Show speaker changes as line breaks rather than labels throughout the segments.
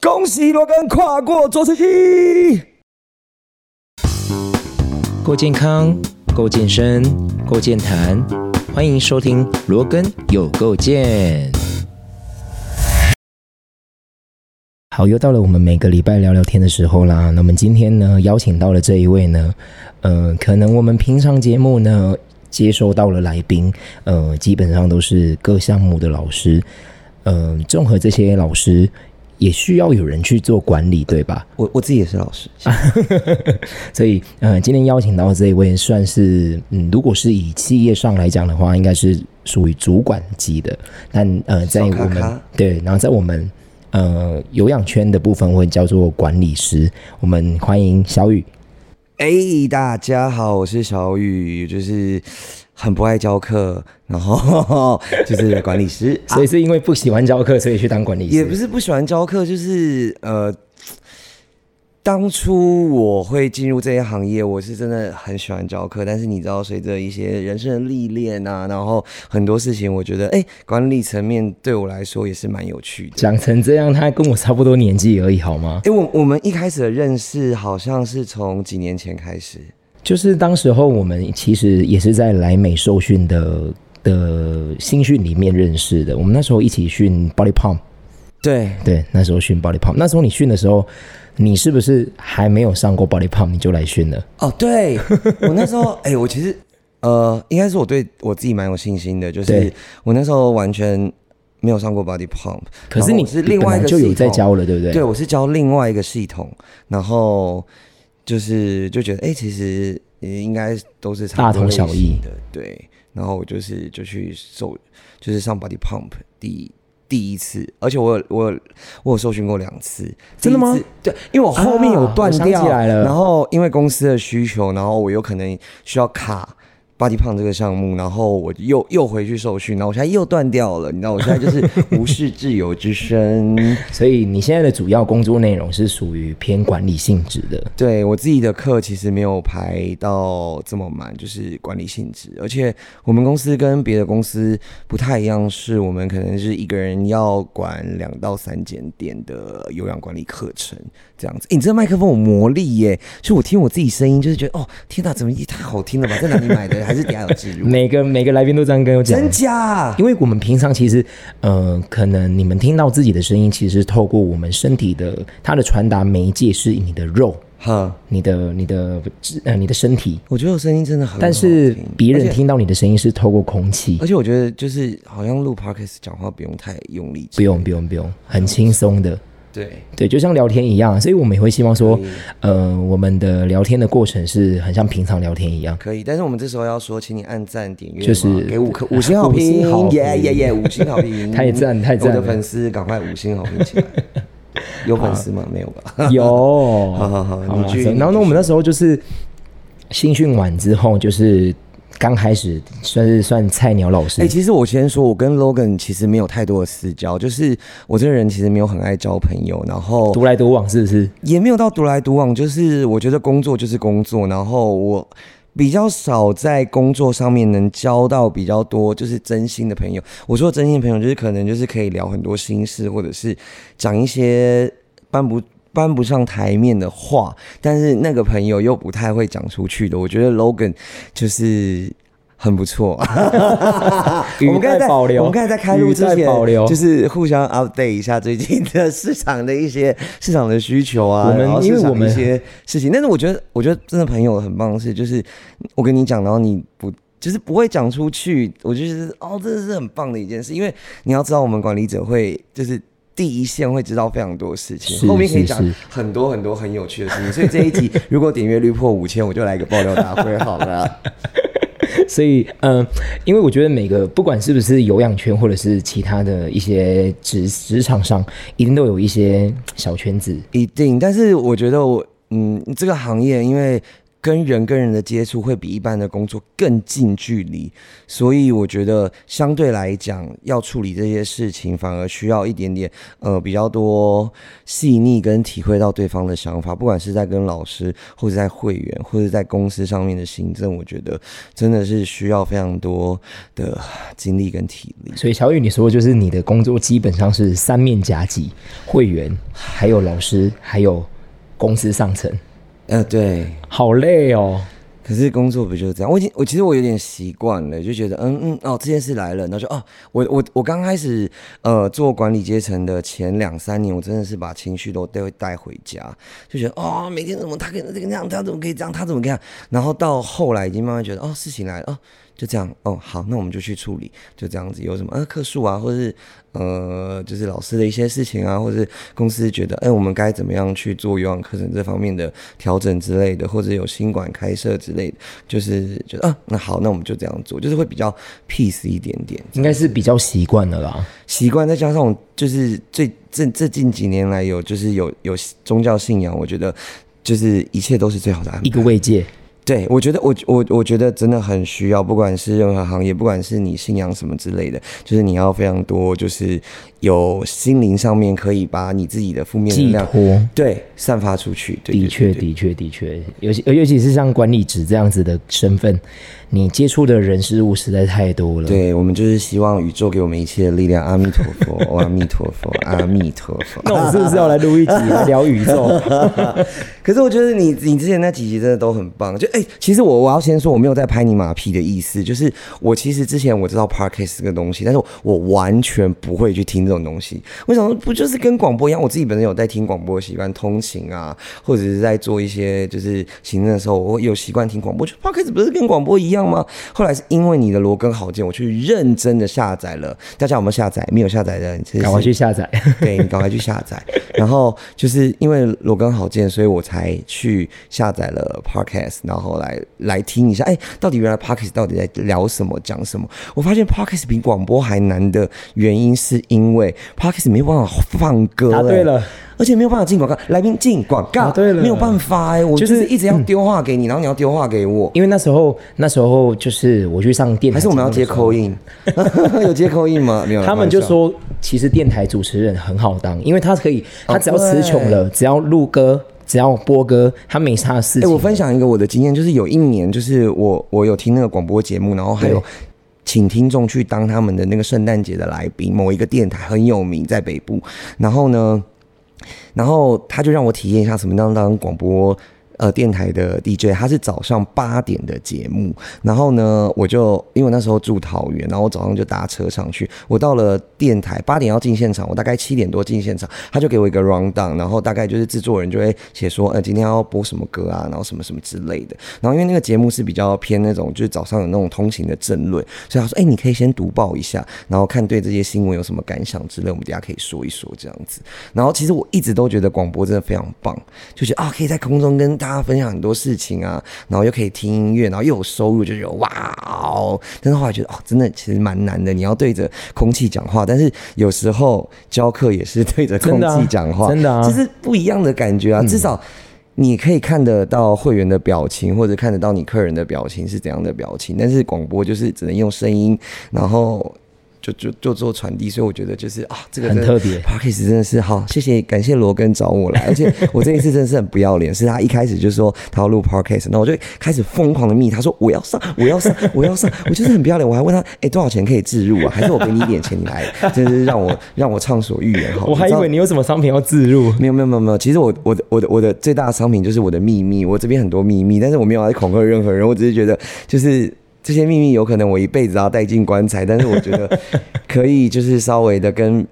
恭喜罗根跨过左侧溪。
够健康，够健身，够健谈，欢迎收听罗根有够健。好，又到了我们每个礼拜聊聊天的时候啦。那我们今天呢，邀请到了这一位呢，呃，可能我们平常节目呢接收到了来宾，呃，基本上都是各项目的老师，呃，综合这些老师。也需要有人去做管理，对吧？
我我自己也是老师，
所以，呃，今天邀请到这一位算是，嗯，如果是以企业上来讲的话，应该是属于主管级的。但呃，在我
小
们
咖咖
对，然后在我们呃有氧圈的部分会叫做管理师。我们欢迎小雨。
哎、大家好，我是小雨，就是很不爱教课，然后 就是管理师，
所以是因为不喜欢教课，所以去当管理师。
也不是不喜欢教课，就是呃，当初我会进入这些行业，我是真的很喜欢教课。但是你知道，随着一些人生的历练啊，然后很多事情，我觉得哎、管理层面对我来说也是蛮有趣的。
讲成这样，他跟我差不多年纪而已，好吗？
哎、我我们一开始的认识好像是从几年前开始，
就是当时候我们其实也是在莱美受训的的新训里面认识的。我们那时候一起训 body pump，
对，
对，那时候训 body pump。那时候你训的时候，你是不是还没有上过 body pump 你就来训了？
哦，对我那时候，哎、我其实呃，应该是我对我自己蛮有信心的，就是
对
我那时候完全没有上过 body pump，
可是
然后
你
我是另外一
你本
个
来就有
系
在
统
教了，对不对？
对，我是教另外一个系统，然后就是就觉得，哎、其实呃应该都是差不
大
多
同小
类型
异
的，对。然后我就是就去受，就是上 body pump 第第一次，而且我有我有我有受训过两次，
真的吗
第一次？对，因为我后面有
啊
断
我想
掉，
起来了
然后因为公司的需求，然后我有可能需要卡。body pump 这个项目，然后我又又回去受训，然后我现在又断掉了，你知道，我现在就是无 事自由之身。
所以你现在的主要工作内容是属于偏管理性质的。
对我自己的课其实没有排到这么满，就是管理性质，而且我们公司跟别的公司不太一样，是我们可能是一个人要管两到三间店的有氧管理课程这样子。诶你这麦克风有魔力耶！就我听我自己声音，就是觉得哦，天哪，怎么也太好听了吧？在哪里买的？还是底下有植 入？
每个每个来宾都这样跟我讲，啊
真假？
因为我们平常其实，呃，可能你们听到自己的声音，其实透过我们身体的它的传达媒介是你的肉、
哈，
你的、你的、呃、你的身体，
我觉得我声音真的很好听，
但是别
而
人
且
听到你的声音是透过空气
而。且我觉得就是好像录 podcast 讲话不用太用力，
不用不用不用，很轻松的。
对。
对，就像聊天一样，所以我们也会希望说，呃，我们的聊天的过程是很像平常聊天一 样。
可以，但是我们这时候要说，请你按赞、点阅嘛，
就是
给 五颗五星好
五星好
评，
评
耶耶耶，五星好 评，
太赞太赞
我
了
的粉丝赶快五星好评起来，有粉丝
啊
吗？没有吧？
有，
好好好
啦
你继续
所以然后呢，我们那时候就是新训完之后，就是刚开始算是算菜鸟老师，
哎、其实我先说，我跟 Logan 其实没有太多的私交，就是我这个人其实没有很爱交朋友，然后
独来独往是不是？
也没有到独来独往，就是我觉得工作就是工作，然后我比较少在工作上面能交到比较多就是真心的朋友。我说的真心的朋友，就是可能就是可以聊很多心事，或者是讲一些搬不。搬不上台面的话，但是那个朋友又不太会讲出去的，我觉得 Logan 就是很不错。我们刚
语带
才在
保留
我们刚才在开录之
语带
前，
保留
就是互相 update 一下最近的市场的一些市场的需求啊，
我们
然后市
因为
场
我们
一些事情。但是我觉得，我觉得真的朋友很棒的是，就是我跟你讲，然后你不。就是不会讲出去，我就觉得哦，这是很棒的一件事，因为你要知道，我们管理者会就是第一线会知道非常多事情，
是
后面可以
是
讲
是
很多很多很有趣的事情。所以这一集如果点阅率破五千，我就来个爆料大会好了。
所以，嗯、因为我觉得每个不管是不是有氧圈，或者是其他的一些职职场上，一定都有一些小圈子。
一定，但是我觉得我嗯，这个行业因为跟人跟人的接触会比一般的工作更近距离，所以我觉得相对来讲，要处理这些事情反而需要一点点呃比较多细腻跟体会到对方的想法，不管是在跟老师，或者在会员，或者在公司上面的行政，我觉得真的是需要非常多的精力跟体力。
所以小雨，你说就是你的工作基本上是三面夹击，会员，还有老师，还有公司上层，
呃，对，
好累哦。
可是工作不就是这样？我已经我其实我有点习惯了，就觉得嗯嗯哦，这件事来了，然后就哦，我我我刚开始呃做管理阶层的前两三年，我真的是把情绪都带带回家，就觉得哦，每天怎么他可以这个那样，他怎么可以这样，他怎么可以这样，然后到后来已经慢慢觉得哦，事情来了哦。就这样哦，好，那我们就去处理，就这样子。有什么呃客诉啊，或是呃，就是老师的一些事情啊，或是公司觉得，哎、我们该怎么样去做有氧课程这方面的调整之类的，或者有新馆开设之类的，就是觉得啊，那好，那我们就这样做，就是会比较 peace 一点点。
应该是比较习惯了啦。
习惯，再加上我就是最这这近几年来有就是有有宗教信仰，我觉得就是一切都是最好的安排
一。个慰藉，
对，我觉得我我我觉得真的很需要，不管是任何行业，不管是你信仰什么之类的，就是你要非常多，就是有心灵上面可以把你自己的负面能
寄
量
托。
对散发出去。对
的
对
确，
对对
的确，的确，尤其尤其是像管理职这样子的身份，你接触的人事物实在太多了。
对我们就是希望宇宙给我们一切的力量，阿弥陀佛，哦阿弥陀佛，阿弥陀佛。
那我们是不是要来录一集来聊宇 宙？
可是我觉得你你之前那几集真的都很棒，就哎、其实我我要先说我没有在拍你马屁的意思，就是我其实之前我知道 podcast 这个东西，但是我我完全不会去听这种东西。我想说不就是跟广播一样，我自己本身有在听广播的习惯，通勤啊，或者是在做一些就是行政的时候，我有习惯听广播。就 podcast 不是跟广播一样吗？后来是因为你的罗根好见，我去认真的下载了。大家有没有下载？没有下载的人，其实
赶快去下载。
对你赶快去下载。然后就是因为罗根好见，所以我才去下载了 Podcast，然后来来听一下，哎，到底原来 Podcast 到底在聊什么，讲什么？我发现 Podcast 比广播还难的原因，是因为 Podcast 没有办法放歌、
答对
哎
了，
而且没有办法进广告，来宾进广告，
答对了
没有办法哎、我
就嗯
就是是一直要丢话给你，然后你要丢话给我。
因为那时候那时候就是我去上电台，
还是我们要接口
音。
音？ 有接口音吗？没有啦，
他们就
开玩笑
说，其实电台主持人很好当，因为他可以，
哦
他只要词穷了，只要录歌，只要播歌，他没啥事
哎、
情。
我分享一个我的经验，就是有一年，就是我我有听那个广播节目，然后还有
对
请听众去当他们的那个圣诞节的来宾，某一个电台很有名，在北部。然后呢，然后他就让我体验一下什么样当广播。呃，电台的 DJ，他是早上八点的节目，然后呢，我就因为我那时候住桃园，然后我早上就搭车上去，我到了电台八点要进现场，我大概七点多进现场，他就给我一个 round down，然后大概就是制作人就会写说，呃，今天要播什么歌啊，然后什么什么之类的。然后因为那个节目是比较偏那种，就是早上有那种通勤的政论，所以他说，哎、你可以先读报一下，然后看对这些新闻有什么感想之类，我们等一下可以说一说这样子。然后其实我一直都觉得广播真的非常棒，就觉得啊，可以在空中跟大家分享很多事情啊，然后又可以听音乐，然后又有收入，就觉得哇哦。但是后来觉得哦，真的其实蛮难的，你要对着空气讲话，但是有时候教课也是对着空
真的啊
气讲话，
真的啊嗯
这是不一样的感觉啊，至少。你可以看得到会员的表情，或者看得到你客人的表情是怎样的表情，但是广播就是只能用声音，然后就就就做传递，所以我觉得就是啊，这个
很
真的
特别
Parkes 真的是好，谢谢，感谢罗根找我来，而且我这一次真的是很不要脸，是他一开始就说他要录 Parkes，那我就开始疯狂的密他说我要上，我要上，我要 上，我就是很不要脸，我还问他，哎、多少钱可以置入啊？还是我给你一点钱，你来，真的是让我让我畅所欲言哈。
我还以
知道
为你有什么商品要自入，
没有没有没有没有，其实我我的我的我的最大的商品就是我的秘密，我这边很多秘密，但是我没有来恐吓任何人，我只是觉得就是这些秘密有可能我一辈子要带进棺材，但是我觉得可以就是稍微的跟。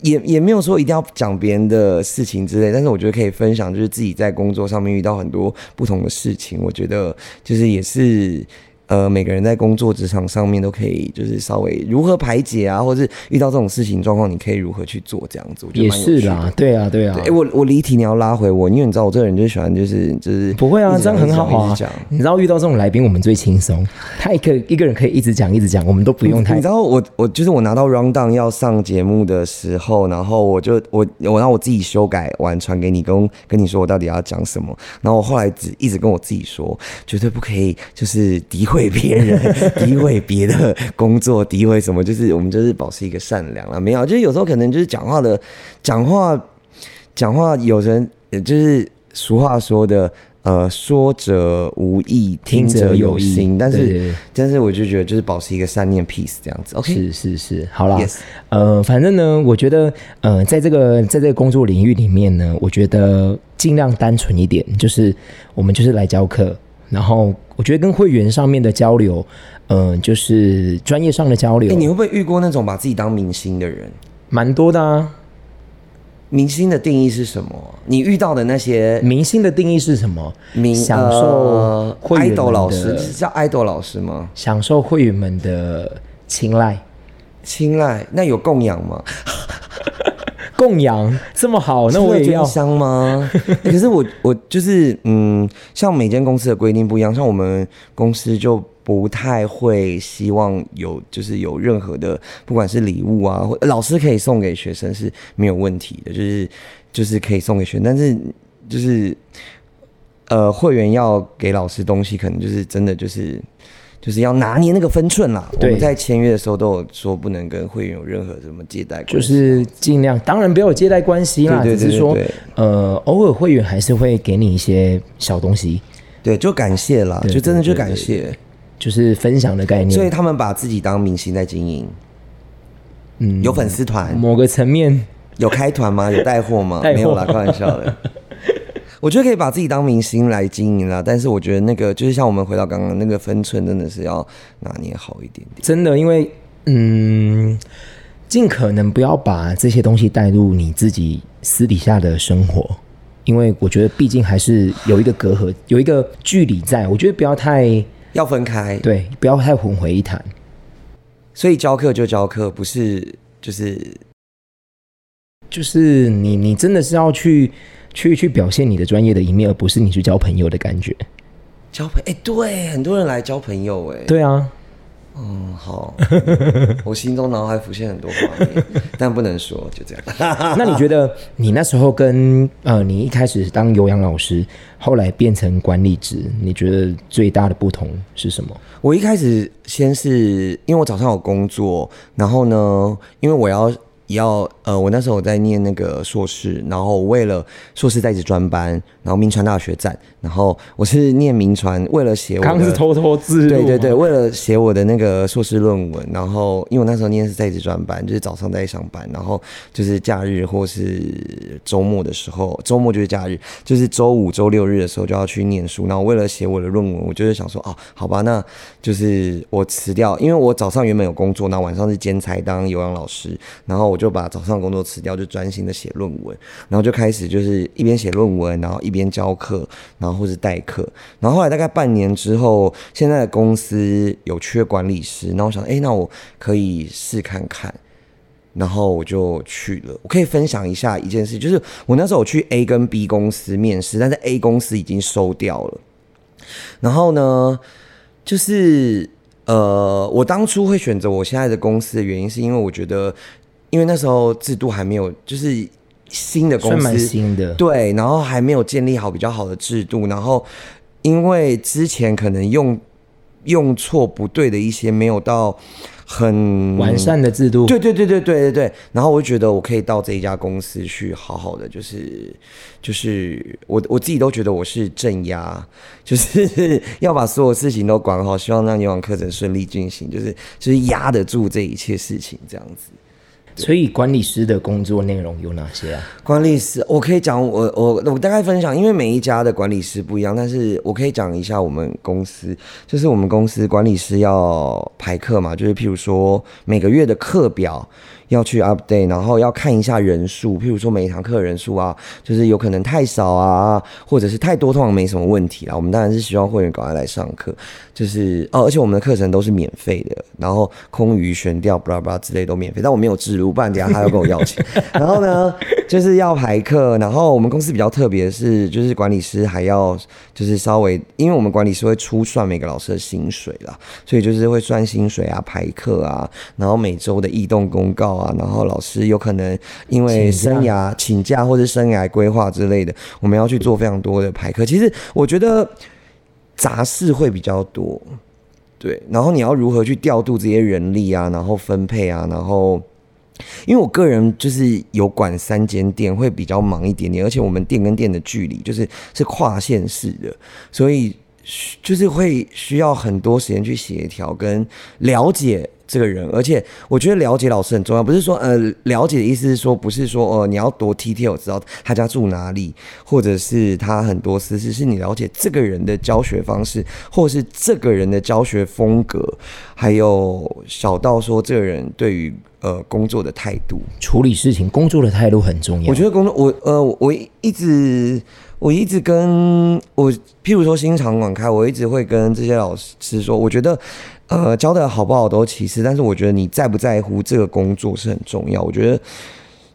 也也没有说一定要讲别人的事情之类，但是我觉得可以分享，就是自己在工作上面遇到很多不同的事情，我觉得就是也是呃每个人在工作职场上面都可以就是稍微如何排解啊，或是遇到这种事情状况，你可以如何去做这样子，我觉得
也
蛮有趣
是
的
啦，对啊，对啊，
对，哎、我我离题，你要拉回我，因为你知道我这个人就是喜欢，就是就是
不会啊
一直
这样
讲
很好啊
一直讲一直
你知道遇到这种来宾，我们最轻松，他一个一个人可以一直讲一直讲，我们都不用
讲。
太
你知道我我就是我拿到 round down 要上节目的时候，然后我就我我让我自己修改完传给你，跟跟你说我到底要讲什么。然后我后来只一直跟我自己说，绝对不可以就是诋毁 别人，诋毁别的工作，诋毁什么，就是我们就是保持一个善良啊，没有，就是有时候可能就是讲话的讲话讲话有人呃就是俗话说的，呃，说者无意，听者有
意
心。但
对
是，
对对
但是我就觉得就是保持一个善念 peace 这样子。OK，
是是是，好啦
Yes
呃，反正呢，我觉得，呃，在这个在这个工作领域里面呢，我觉得尽量单纯一点，就是我们就是来教课，然后我觉得跟会员上面的交流，嗯、就是专业上的交
哎、你
流，
会不会遇过那种把自己当明星的人？
蛮多的啊。
明星的定义是什么？你遇到的那些
明星的定义是什么？
明
享受
呃
会员们的
idol 老师是叫 idol 老师吗？
享受会员们的青睐、
青睐那有供养吗？
供养，这么好，那
是
我
会
也要
捐。香 吗？欸可是我我就是嗯，像每间公司的规定不一样，像我们公司就不太会希望有就是有任何的，不管是礼物啊，或老师可以送给学生是没有问题的，就是就是可以送给学生，但是就是呃，会员要给老师东西，可能就是真的就是。就是要拿捏那个分寸啦。我
对
们在签约的时候都有说，不能跟会员有任何什么借贷关系，
就是尽量，当然不要有借贷关系啦，
对对对
只是说
对对，
呃，偶尔会员还是会给你一些小东西，
对，就感谢啦，
对
就真的就
对对
感谢。
就是分享的概
所以
念。
他们把自己当明星在经营。
嗯
嗯，有粉丝团，
某个层面，
有开团吗？有带货吗？
带货
没有啦，开玩笑 的。我觉得可以把自己当明星来经营啦，但是我觉得那个就是像我们回到刚刚那个分寸，真的是要拿捏好一点点。
真的，因为嗯，尽可能不要把这些东西带入你自己私底下的生活，因为我觉得毕竟还是有一个隔阂，有一个距离在，我觉得不要太
要分开，
对，不要太混为一谈。
所以教课就教课，不是就是
就是你，你真的是要去去去表现你的专业的一面，而不是你去交朋友的感觉。
交朋哎、对，很多人来交朋友哎、
对啊，
嗯，好，我心中脑海浮现很多 画面，但不能说，就这样。
那你觉得你那时候跟呃，你一开始当有氧老师，后来变成管理职，你觉得最大的不同是什么？
我一开始先是因为我早上有工作，然后呢，因为我要也要呃，我那时候我在念那个硕士，然后我为了硕士在职专班，然后民传大学站，然后我是念民传，为了写我
刚刚是
的。
偷偷自
对对对，，为了写我的那个硕士论文，然后因为我那时候念的是在职专班，就是早上在上班，然后就是假日或是周末的时候，周末就是假日，就是周五、周六日的时候就要去念书。然后为了写我的论文，我就是想说，哦，好吧，那就是我辞掉，因为我早上原本有工作，然后晚上是兼差当有氧老师，然后我就把早上的工作辞掉，就专心的写论文，然后就开始就是一边写论文，然后一边教课，然后或是代课。然后后来大概半年之后，现在的公司有缺管理师，然后我想，哎，那我可以试看看。然后我就去了。我可以分享一下一件事，就是我那时候我去 A 跟 B 公司面试，但是 A 公司已经收掉了。然后呢，就是呃，我当初会选择我现在的公司的原因，是因为我觉得，因为那时候制度还没有，就是新的公
算蛮
司
新的。
对，然后还没有建立好比较好的制度，然后因为之前可能用用错不对的一些没有到很
完善的制度，
对对对对对对对。然后我就觉得我可以到这一家公司去好好的，就是就是我我自己都觉得我是镇压，就是 要把所有事情都管好，希望让游泳课程顺利进行，就是就是压得住这一切事情这样子。
所以管理师的工作内容有哪些啊？
管理师，我可以讲我我我大概分享，因为每一家的管理师不一样，但是我可以讲一下我们公司，就是我们公司管理师要排课嘛，就是譬如说每个月的课表要去 update，然后要看一下人数，譬如说每一堂课人数啊，就是有可能太少啊，或者是太多，通常没什么问题啦。我们当然是希望会员赶快来上课，就是哦，而且我们的课程都是免费的，然后空余悬吊、巴拉巴拉之类都免费，但我没有置入，不然等一下他要跟我要钱。 然后呢，就是要排课，然后我们公司比较特别的是，就是管理师还要就是稍微，因为我们管理师会初算每个老师的薪水啦，所以就是会算薪水啊、排课啊，然后每周的异动公告啊，然后老师有可能因为生涯请假或者生涯规划之类的，我们要去做非常多的排课。其实我觉得杂事会比较多，对，然后你要如何去调度这些人力啊，然后分配啊，然后。因为我个人就是有管三间店，会比较忙一点点，而且我们店跟店的距离就是是跨县市的，所以需就是会需要很多时间去协调跟了解这个人，而且我觉得了解老师很重要，不是说呃了解的意思是说不是说哦、呃、你要多 T T 我知道他家住哪里，或者是他很多私事，是你了解这个人的教学方式，或是这个人的教学风格，还有小到说这个人对于呃工作的态度，
处理事情、工作的态度很重要。
我觉得工作，我呃，我我一直我一直跟我，譬如说新场馆开，我一直会跟这些老师说，我觉得呃教的好不好都其次，但是我觉得你在不在乎这个工作是很重要。我觉得。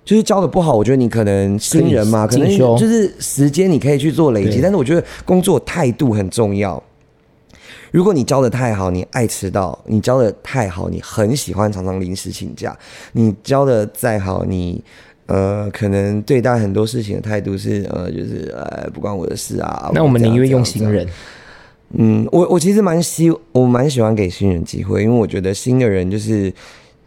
就是教的不好，我觉得你可能新人嘛，
可
可
以
能
进修
就是时间你可以去做累积，
对
但是我觉得工作态度很重要。如果你教的太好，你爱迟到；你教的太好，你很喜欢常常临时请假；你教的再好，你呃可能对待很多事情的态度是呃就是呃不关我的事啊。
那我们
这样
宁愿用
这样这
新
样
人，
嗯，我我其实蛮希，我蛮喜欢给新人机会，因为我觉得新的人就是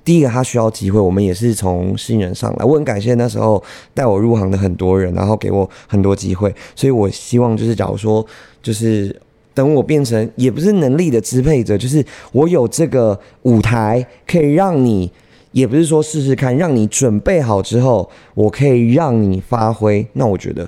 第一个他需要机会，我们也是从新人上来。我很感谢那时候带我入行的很多人，然后给我很多机会，所以我希望就是假如说就是。等我变成也不是能力的支配者，就是我有这个舞台，可以让你，也不是说试试看，让你准备好之后，我可以让你发挥。那我觉得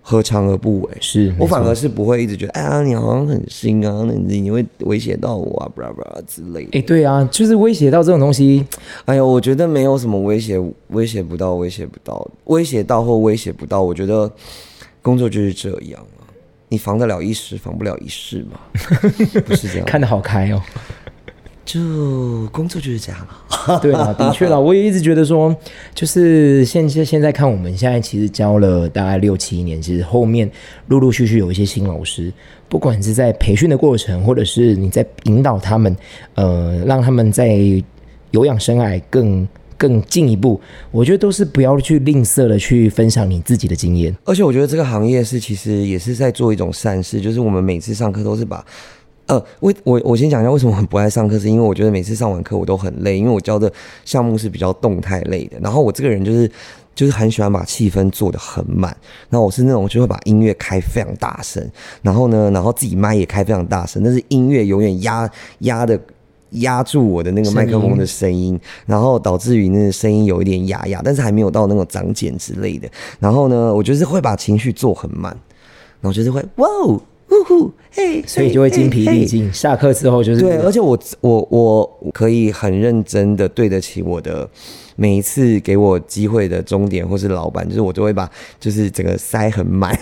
何尝而不为？
是
我反
没错
而是不会一直觉得，哎呀，你好像很新啊，那你你会威胁到我啊，巴拉巴拉之类的。
哎、对啊，就是威胁到这种东西，
哎呦，我觉得没有什么威胁，威胁不到，威胁不到，威胁到或威胁不到，我觉得工作就是这样啊，你防得了一时，防不了一世嘛，不是这样，
看得好开哦。
就工作 就是这样 啊。
对啦，的确啦，我也一直觉得说，就是现现现在看，我们现在其实教了大概六七年，其实后面陆陆续续有一些新老师，不管是在培训的过程，或者是你在引导他们，呃，让他们在有氧生涯更更进一步，我觉得都是不要去吝啬的去分享你自己的经验。
而且我觉得这个行业是其实也是在做一种善事，就是我们每次上课都是把。呃，为我我先讲一下为什么我很不爱上课，是因为我觉得每次上完课我都很累，因为我教的项目是比较动态类的，然后我这个人就是就是很喜欢把气氛做得很满，然后我是那种就会把音乐开非常大声，然后呢，然后自己麦也开非常大声，但是音乐永远压压的压住我的那个麦克风的声音，然后导致于那个声音有一点哑哑，但是还没有到那种长茧之类的。然后呢，我就是会把情绪做很慢，然后就是会哇哦，呜呼，嘿，
所以就会精疲
嘿
力嗯
嘿
尽，下课之后就是
对，而且我我我可以很认真的对得起我的每一次给我机会的终点或是老板，就是我都会把就是整个塞 很满，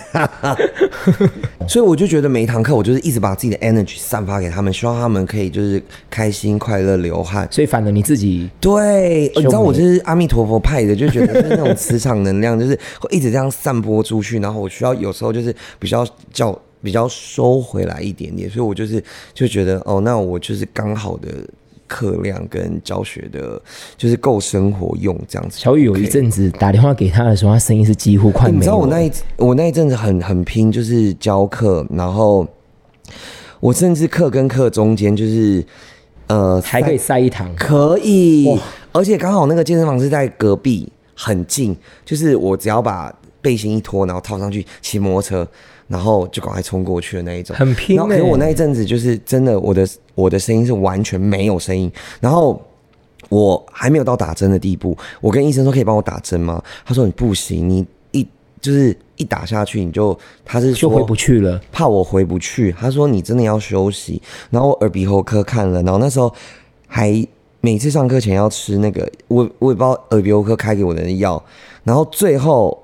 所以我就觉得每一堂课我就是一直把自己的 energy 散发给他们，希望他们可以就是开心快乐流汗。
所以反而你自己
对，呃你知道
胸
我
美
就是阿弥陀佛派的，就觉得就是呃那种磁场能量，就是会一直这样散播出去。然后我需要有时候就是比较较比较收回来一点点，所以我就是就觉得哦，那我就是刚好的课量跟教学的，就是够生活用这样子。
小雨有一
OK
阵子打电话给他的时候，他声音是几乎快
欸
没有了。
你知道我那一我那一阵子很很拼，就是教课，然后我甚至课跟课中间就是呃
还可以塞一堂，
可以
嗯哇，
而且刚好那个健身房是在隔壁，很近，就是我只要把背心一脱，然后套上去，骑摩托车，然后就赶快冲过去的那一种，
很拼
然后可是
欸
我那一阵子就是真的，我的我的声音是完全没有声音，然后。我还没有到打针的地步，我跟医生说可以帮我打针吗？他说你不行，你一就是一打下去你就他是
就
说
回不去了。
怕我回不去，他说你真的要休息。然后我耳鼻喉科看了，然后那时候还每次上课前要吃那个，我我也不知道耳鼻喉科开给我的药，然后最后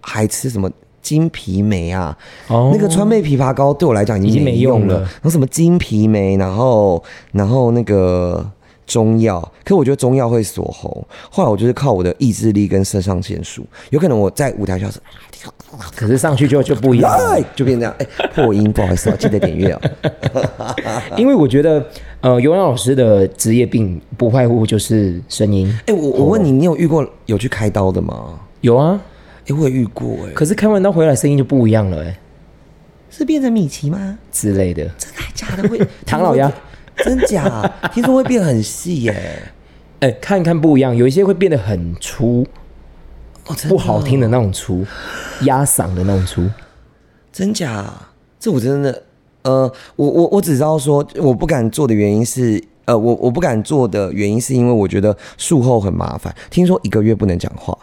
还吃什么金皮梅啊？
哦
那个川贝枇杷膏对我来讲已
已经
经
没
没
用
用了，
了
然后什么金皮梅，然后然后那个中药，可我觉得中药会锁喉。后来我就是靠我的意志力跟肾上腺素，有可能我在舞台上是
可是上去就就不一样了
哎，就变这样，哎、破音，不好意思、啊，记得点阅哦。
因为我觉得，呃，尤洋老师的职业病不外乎就是声音。
哎、我我
哦
问你，你有遇过有去开刀的吗？
有啊，
哎、我也遇过、哎，
可是开完刀回来声音就不一样了、哎
是变成米奇吗？
之类的。
真的还假的会
唐老鸭？
真假？ 听说会变很细耶、
哎、看一看不一样，有一些会变得很粗，
哦，真的
不好听的那种粗，压嗓的那种粗。
真假？这我真的，呃，我我我只知道说，我不敢做的原因是，呃，我我不敢做的原因是因为我觉得术后很麻烦，听说一个月不能讲话。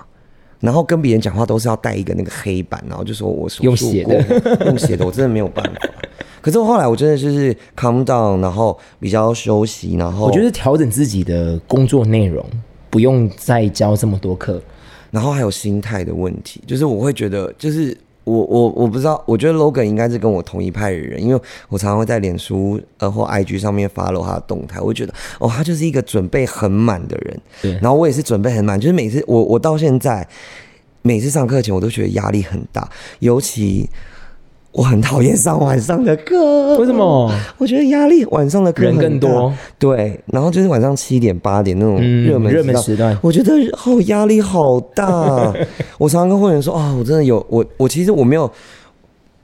然后跟别人讲话都是要带一个那个黑板，然后就说我手术
用写的
过，用写的，我真的没有办法。 可是我后来我真的就是 calm down，然后比较休息，然后
我觉得调整自己的工作内容，不用再教这么多课。
然后还有心态的问题，就是我会觉得，就是我我我不知道，我觉得 Logan 应该是跟我同一派的人，因为我常常会在脸书呃或 IG 上面 follow 他的动态，我会觉得哦，他就是一个准备很满的人，
对
然后我也是准备很满，就是每次我我到现在每次上课前我都觉得压力很大，尤其。我很讨厌上晚上的课，
为什么？
我觉得压力晚上的课
人更
很大
多，
对，然后就是晚上七点八点那种
嗯
热门
热门时段
我觉得好压力好 大。我常常跟会员说啊，我真的有我我其实我没有。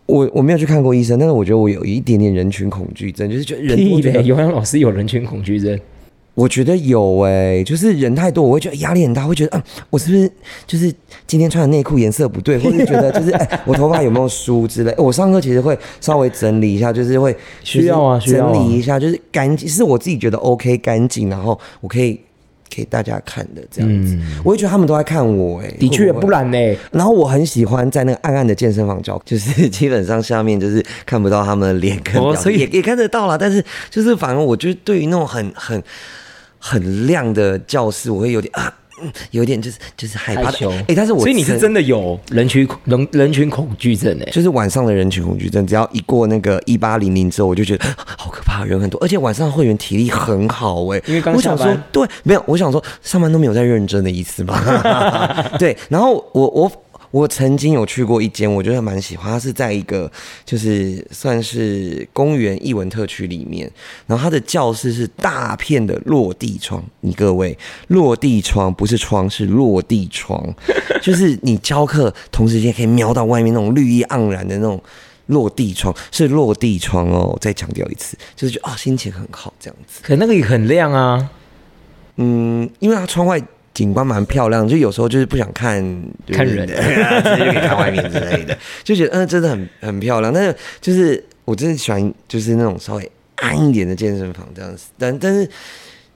我我没有去看过医生，但是我觉得我有一点点人群恐惧症，就是觉得人多
屁
觉
嘞！
得
尤洋老师有人群恐惧症，
我觉得有诶、就是人太多，我会觉得压力很大，会觉得，嗯，我是不是就是今天穿的内裤颜色不 对，或者觉得就是，哎、我头发有没有梳之类。哦我上课其实会稍微整理一下，就是会就是
需要啊需要啊
整理一下，就是干净，是我自己觉得 OK 干净，然后我可以给大家看的这样子。我会觉得他们都在看我、诶，
嗯的确，
会会
不然呢？
然后我很喜欢在那个暗暗的健身房教， 就是基本上下面就是看不到他们的脸跟
哦
表情，
所以
也也看得到啦。但是就是反而我就是对于那种很很很亮的教室，我会有点啊，嗯有点就是就是害怕
害羞。
哎、但是我
所以你是真的有人群恐人人群恐惧症哎。
就是晚上的人群恐惧症，只要一过那个一八零零之后，我就觉得啊好可怕，人很多，而且晚上会员体力很好哎、
因为刚
我想
下
说
班，
对，没有，我想说上班都没有在认真的意思嘛。 对，然后我我我曾经有去过一间，我觉得蛮喜欢，它是在一个就是算是公园艺文特区里面，然后它的教室是大片的落地窗，你各位落地窗不是窗是落地窗， 就是你教课同时间可以瞄到外面那种绿意盎然的那种。落地窗是落地窗哦，我再强调一次，就是觉得啊、心情很好这样子。
可那个也很亮啊，
嗯，因为它窗外景观蛮漂亮，就有时候就是不想看就是
看 人
直接就可以看外面之类的， 就觉得嗯、真的很很漂亮。但是就是我真的喜欢就是那种稍微暗一点的健身房这样子，但但是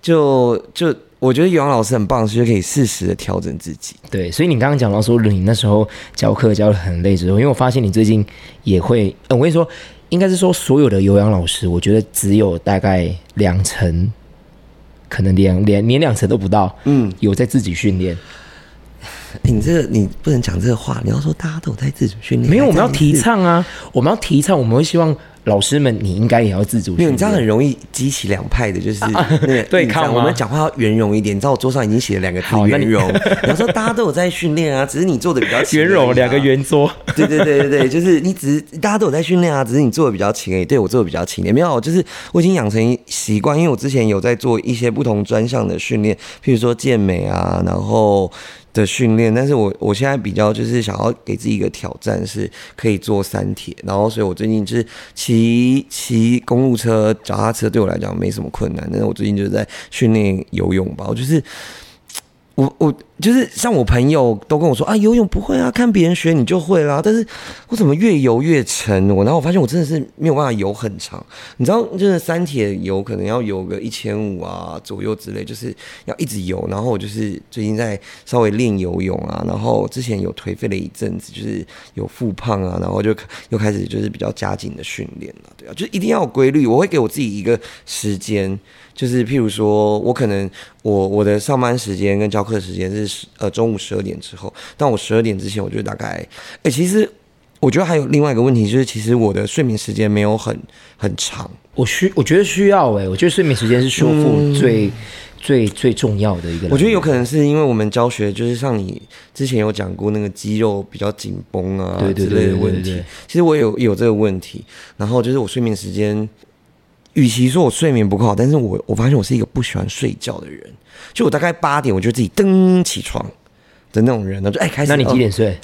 就就我觉得杨老师很棒，就是可以适时的调整自己。
对，所以你刚刚讲到说你那时候教课教的很累之后，因为我发现你最近也会，呃、我跟你说，应该是说所有的有氧老师，我觉得只有大概两成，可能连连连两成都不到，
嗯，
有在自己训练。
你这个你不能讲这个话，你要说大家都有在自主训练，
没有，我们要
还这样
提
子。
倡啊，我们要提倡，我们会希望老师们你应该也要自主训
没有，
练。
你这样很容易激起两派的，就是那个
啊 对
你知道
抗吗
我们讲话要圆融一点，你知道我桌上已经写了两个字
好
“
那
圆
你
融”，然后说大家都有在训练啊，只是你做的 比较勤而已啊。
桌。
对对对对对，就是你只是大家都有在训练啊，只是你做的比较勤而已。对我做的比较勤一点，没有，就是我已经养成习惯，因为我之前有在做一些不同专项的训练，譬如说健美啊，然后的训练。但是我我现在比较就是想要给自己一个挑战，是可以做三铁，然后所以我最近就是骑骑公路车、脚踏车对我来讲没什么困难，但是我最近就是在训练游泳吧，我就是。我我就是像我朋友都跟我说啊，游泳不会啊，看别人学你就会啦。但是我怎么越游越沉？我然后我发现我真的是没有办法游很长。你知道，就是三铁游可能要游个一千五啊左右之类，就是要一直游。然后我就是最近在稍微练游泳啊，然后之前有颓废了一阵子，就是有复胖啊，然后就又开始就是比较加紧的训练了，对啊，就是一定要有规律。我会给我自己一个时间，就是譬如说我可能我我的上班时间跟教课时间是十呃中午十二点之后，但我十二点之前我就大概，哎、其实我觉得还有另外一个问题就是，其实我的睡眠时间没有很很长，
我需我觉得需要哎、我觉得睡眠时间是修复最、最最重要的一个。
我觉得有可能是因为我们教学就是像你之前有讲过那个肌肉比较紧绷啊
对对
之
对
类
对
的
对
问
对
题
对。
其实我有有这个问题，然后就是我睡眠时间，与其说我睡眠不够好，但是我我发现我是一个不喜欢睡觉的人，就我大概八点我就自己噔起床的那种人，然后就哎开始。
那你几点
哦
睡？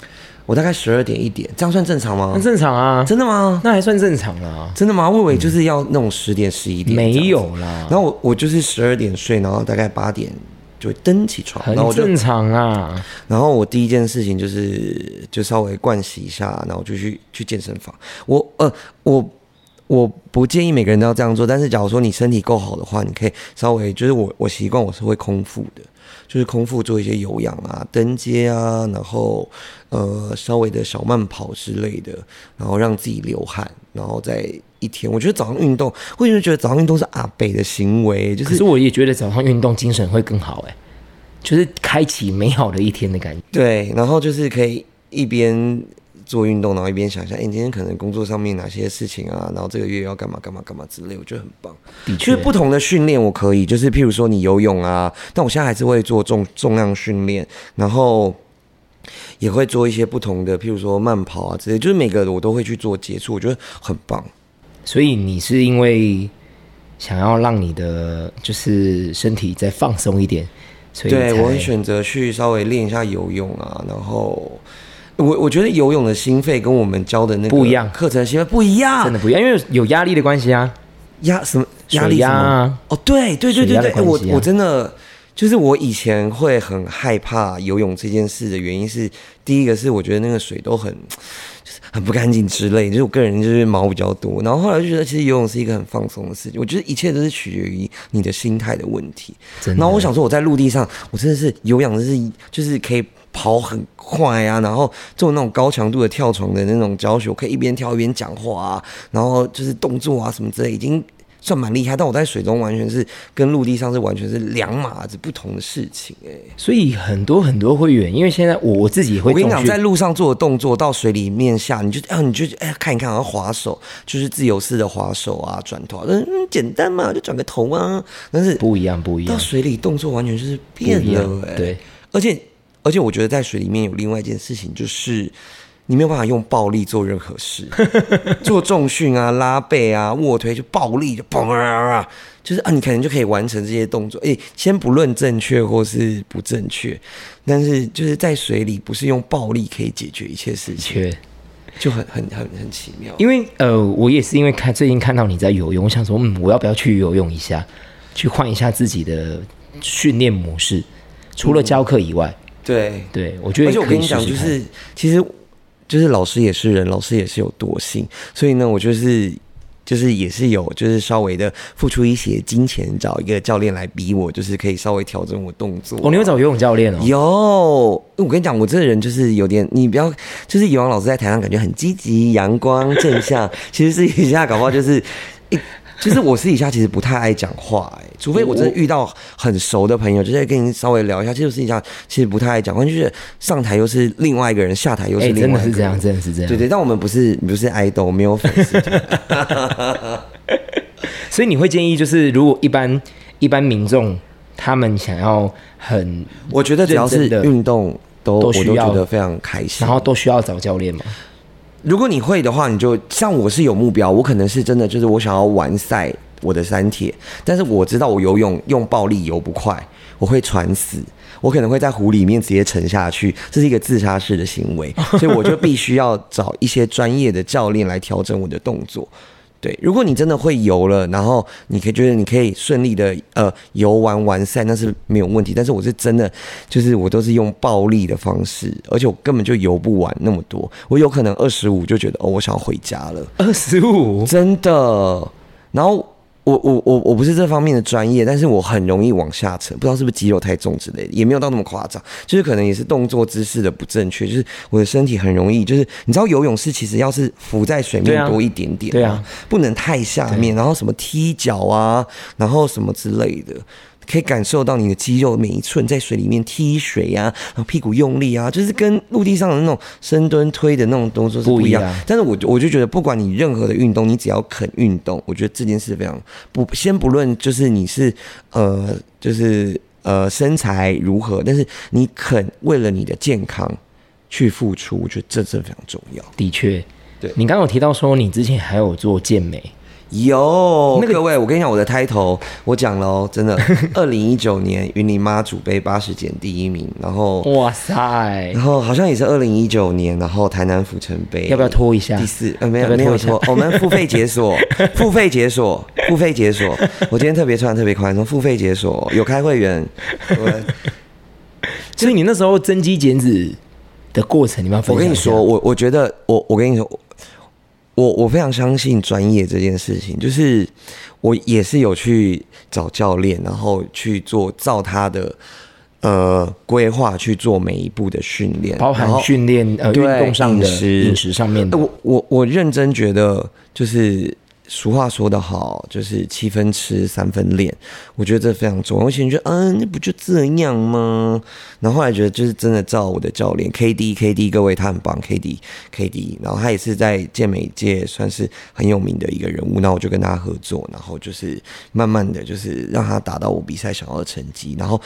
我大概十二点一点，这样算正常吗
那？正常啊，
真的吗？
那还算正常啦。
真的吗？我以为就是要那种十点十一点。
没有啦
然，后我我就是十二点睡，然后大概八点就会噔起床，
很
然后我就
正常啊。
然后我第一件事情就是就稍微盥洗一下，然后就去去健身房。我呃我。我不建议每个人都要这样做，但是假如说你身体够好的话，你可以稍微就是我我习惯我是会空腹的，就是空腹做一些有氧啊、登阶啊，然后呃稍微的小慢跑之类的，然后让自己流汗，然后再一天。我觉得早上运动，为什么觉得早上运动是阿北的行为？就
可
是
是我也觉得早上运动精神会更好哎、就是开启美好的一天的感觉。
对，然后就是可以一边做运动，然后一边想一下，哎、你今天可能工作上面哪些事情啊，然后这个月要干嘛干嘛干嘛之类，我觉得很棒。
的
其
确，
实不同的训练我可以，就是譬如说你游泳啊，但我现在还是会做重重量训练，然后也会做一些不同的，譬如说慢跑啊之类，就是每个我都会去做接触，我觉得很棒。
所以你是因为想要让你的就是身体再放松一点，所以
对，
才
我会选择去稍微练一下游泳啊，然后。我我觉得游泳的心肺跟我们教的那个
不一样
课程的心肺不一样，
真的不一样，因为有压力的关系啊。
压什么
水
压力什
压
么？
啊
哦，对对对
水
对
压的
对，我
关系啊
我真的就是我以前会很害怕游泳这件事的原因是，第一个是我觉得那个水都很就是很不干净之类，就是我个人就是毛比较多，然后后来就觉得其实游泳是一个很放松的事情，我觉得一切都是取决于你的心态的问题。
真的
然后我想说我在陆地上，我真的是有氧，真是就是可以跑很快啊，然后做那种高强度的跳床的那种教学，我可以一边跳一边讲话啊，然后就是动作啊什么之类，已经算蛮厉害。但我在水中完全是跟陆地上是完全是两码子不同的事情哎、
所以很多很多会员，因为现在我我自己也会
我跟你
重
讲，
训
在路上做的动作，到水里面下，你就啊，你就哎、看一看，然后划手，就是自由式的划手啊，转头啊，嗯，嗯简单嘛，就转个头啊。但是
不一样，不一
到
样，
水里动作完全就是
不
变
一样
了哎、
对，
而且而且我觉得在水里面有另外一件事情，就是你没有办法用暴力做任 何事，做重训啊、拉背啊、卧推就暴力就嘣啊啊啊，就是啊，你可能就可以完成这些动作。诶、先不论正确或是不正确，但是就是在水里不是用暴力可以解决一切事
的
情，
确。
就很很很很奇妙。
因为呃，我也是因为看最近看到你在游泳，我想说，嗯，我要不要去游泳一下，去换一下自己的训练模式？除了教课以外，
对，
对我觉得
嗯而且我
可以
跟你
试
讲，
试
就
看
是其实就是老师也是人，老师也是有惰性，所以呢，我就是。就是也是有，就是稍微的付出一些金钱，找一个教练来逼我，就是可以稍微调整我动作、
哦，你会找游泳教练哦，
有，我跟你讲，我这个人就是有点，你不要，就是以往老师在台上感觉很积极、阳光、正向，其实私底下搞不好就是，一 就是我私底下其实不太爱讲话、哎，除非我真的遇到很熟的朋友，就是跟你稍微聊一下，其实我私底下其实不太爱讲话，就是上台又是另外一个人，下台又
哎、
是
真
另
的
外一
是
个
这样，
人。
真的是这样。
对对，但我们不是不是爱豆，没有粉 丝团，
所以你会建议，就是如果一般一般民众他们想要很，
我觉得只要是
认真的
运动都
都
我
需
都觉
要
得非常开心
然。后都需要找教练嘛，
如果你会的话，你就像我是有目标，我可能是真的就是我想要完赛我的三铁，但是我知道我游泳用暴力游不快，我会喘死，我可能会在湖里面直接沉下去，这是一个自杀式的行为，所以我就必须要找一些专业的教练来调整我的动作。对，如果你真的会游了，然后你可以觉得你可以顺利的呃游玩完赛，那是没有问题。但是我是真的，就是我都是用暴力的方式，而且我根本就游不完那么多。我有可能二十五就觉得哦，我想要回家了，
二十五，
真的。然后我我我我不是这方面的专业，但是我很容易往下沉，不知道是不是肌肉太重之类的，也没有到那么夸张，就是可能也是动作姿势的不正确，就是我的身体很容易，就是你知道游泳是其实要是浮在水
对啊
面多一点点，
对啊，
不能太下面，然后什么踢脚啊，然后什么之类的。可以感受到你的肌肉每一寸在水里面踢水啊，然后屁股用力啊，就是跟陆地上的那种深蹲推的那种动作是不一样。
不一样
但是我就我就觉得，不管你任何的运动，你只要肯运动，我觉得这件事非常不先不论就是你是呃就是呃身材如何，但是你肯为了你的健康去付出，我觉得这真的非常重要。
的确，
对
你刚刚有提到说你之前还有做健美，
有，
那个
各位，我跟你讲我的 title，我讲喽，真 的，二零一九年云林妈祖杯八十减第一名，然后，
哇塞
然，后好像也是二零一九年，然后台南府城杯，
要不要拖一下
第？四，呃，没
要
有
不要
没
拖
有
一下
错， 我们付费解锁，付费解锁，付费解锁。我今天特别穿得特别宽松，付费解锁有开会员，我
所以你那时候增肌减脂的过程，你们要分
我
享
跟你
一下
说，，我我觉得，我我跟你说，我我非常相信专业这件事情。就是我也是有去找教练，然后去做照他的呃规划去做每一步的训练，
包
然后
含训练呃运
对
动上的
饮食
饮食上面的
呃，我我我认真觉得，就是俗话说得好，就是七分吃三分练。我觉得这非常重要。我以前觉得，嗯、那不就这样吗？然后后来觉得，就是真的照我的教练 K D K D，各位他很棒，K D K D，然后他也是在健美界算是很有名的一个人物。那我就跟他合作，然后就是慢慢的就是让他达到我比赛想要的成绩，然后。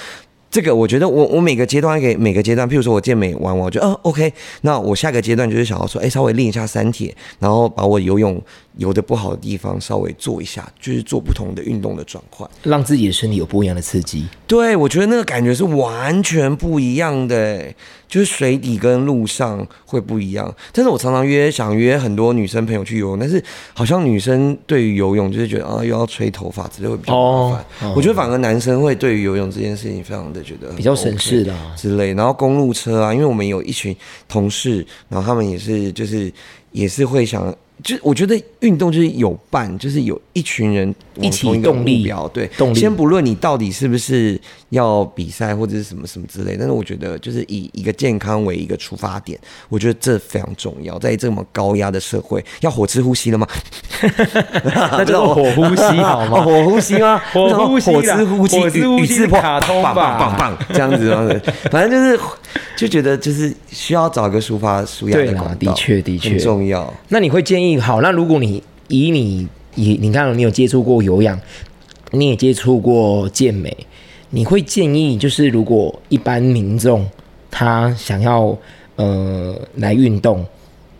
这个我觉得我我每个阶段给每个阶段，譬如说我健美完完，我觉得啊 OK，那我下个阶段就是想要说，哎、稍微练一下三铁，然后把我游泳游的不好的地方稍微做一下，就是做不同的运动的转换。
让自己的身体有不一样的刺 激。
对，我觉得那个感觉是完全不一样的欸，就是水底跟路上会不一样。但是我常常约想约很多女生朋友去游泳，但是好像女生对于游泳就是觉得啊又要吹头发之类会比较麻烦。
哦
我觉得反而男生会对于游泳这件事情非常的觉得很
比较省
OK
事的啊
之类。然后公路车啊，因为我们有一群同事，然后他们也是就是也是会想。就我觉得运动就是有伴，就是有一群人往
一起
同个
动力
目标，哦对，
动力
先不论你到底是不是要比赛或者是什么什么之类，但是我觉得就是以一个健康为一个出发点，我觉得这非常重要。在这么高压的社会，要火吃呼吸了吗？
那叫做火呼吸好吗
啊哦火呼吸吗？
火呼吸啦
我想说火吃呼
火
吸，
之呼吸
宇宇智波
是卡通吧
棒棒棒棒，这样子，这样子，反正就是就觉得就是需要找一个抒发舒压
对
的
啦
管道，
的确的确
很重要。
那你会建议好？那如果你以你以你看你有接触过有氧，你也接触过健美，你会建议就是如果一般民众他想要呃来运动，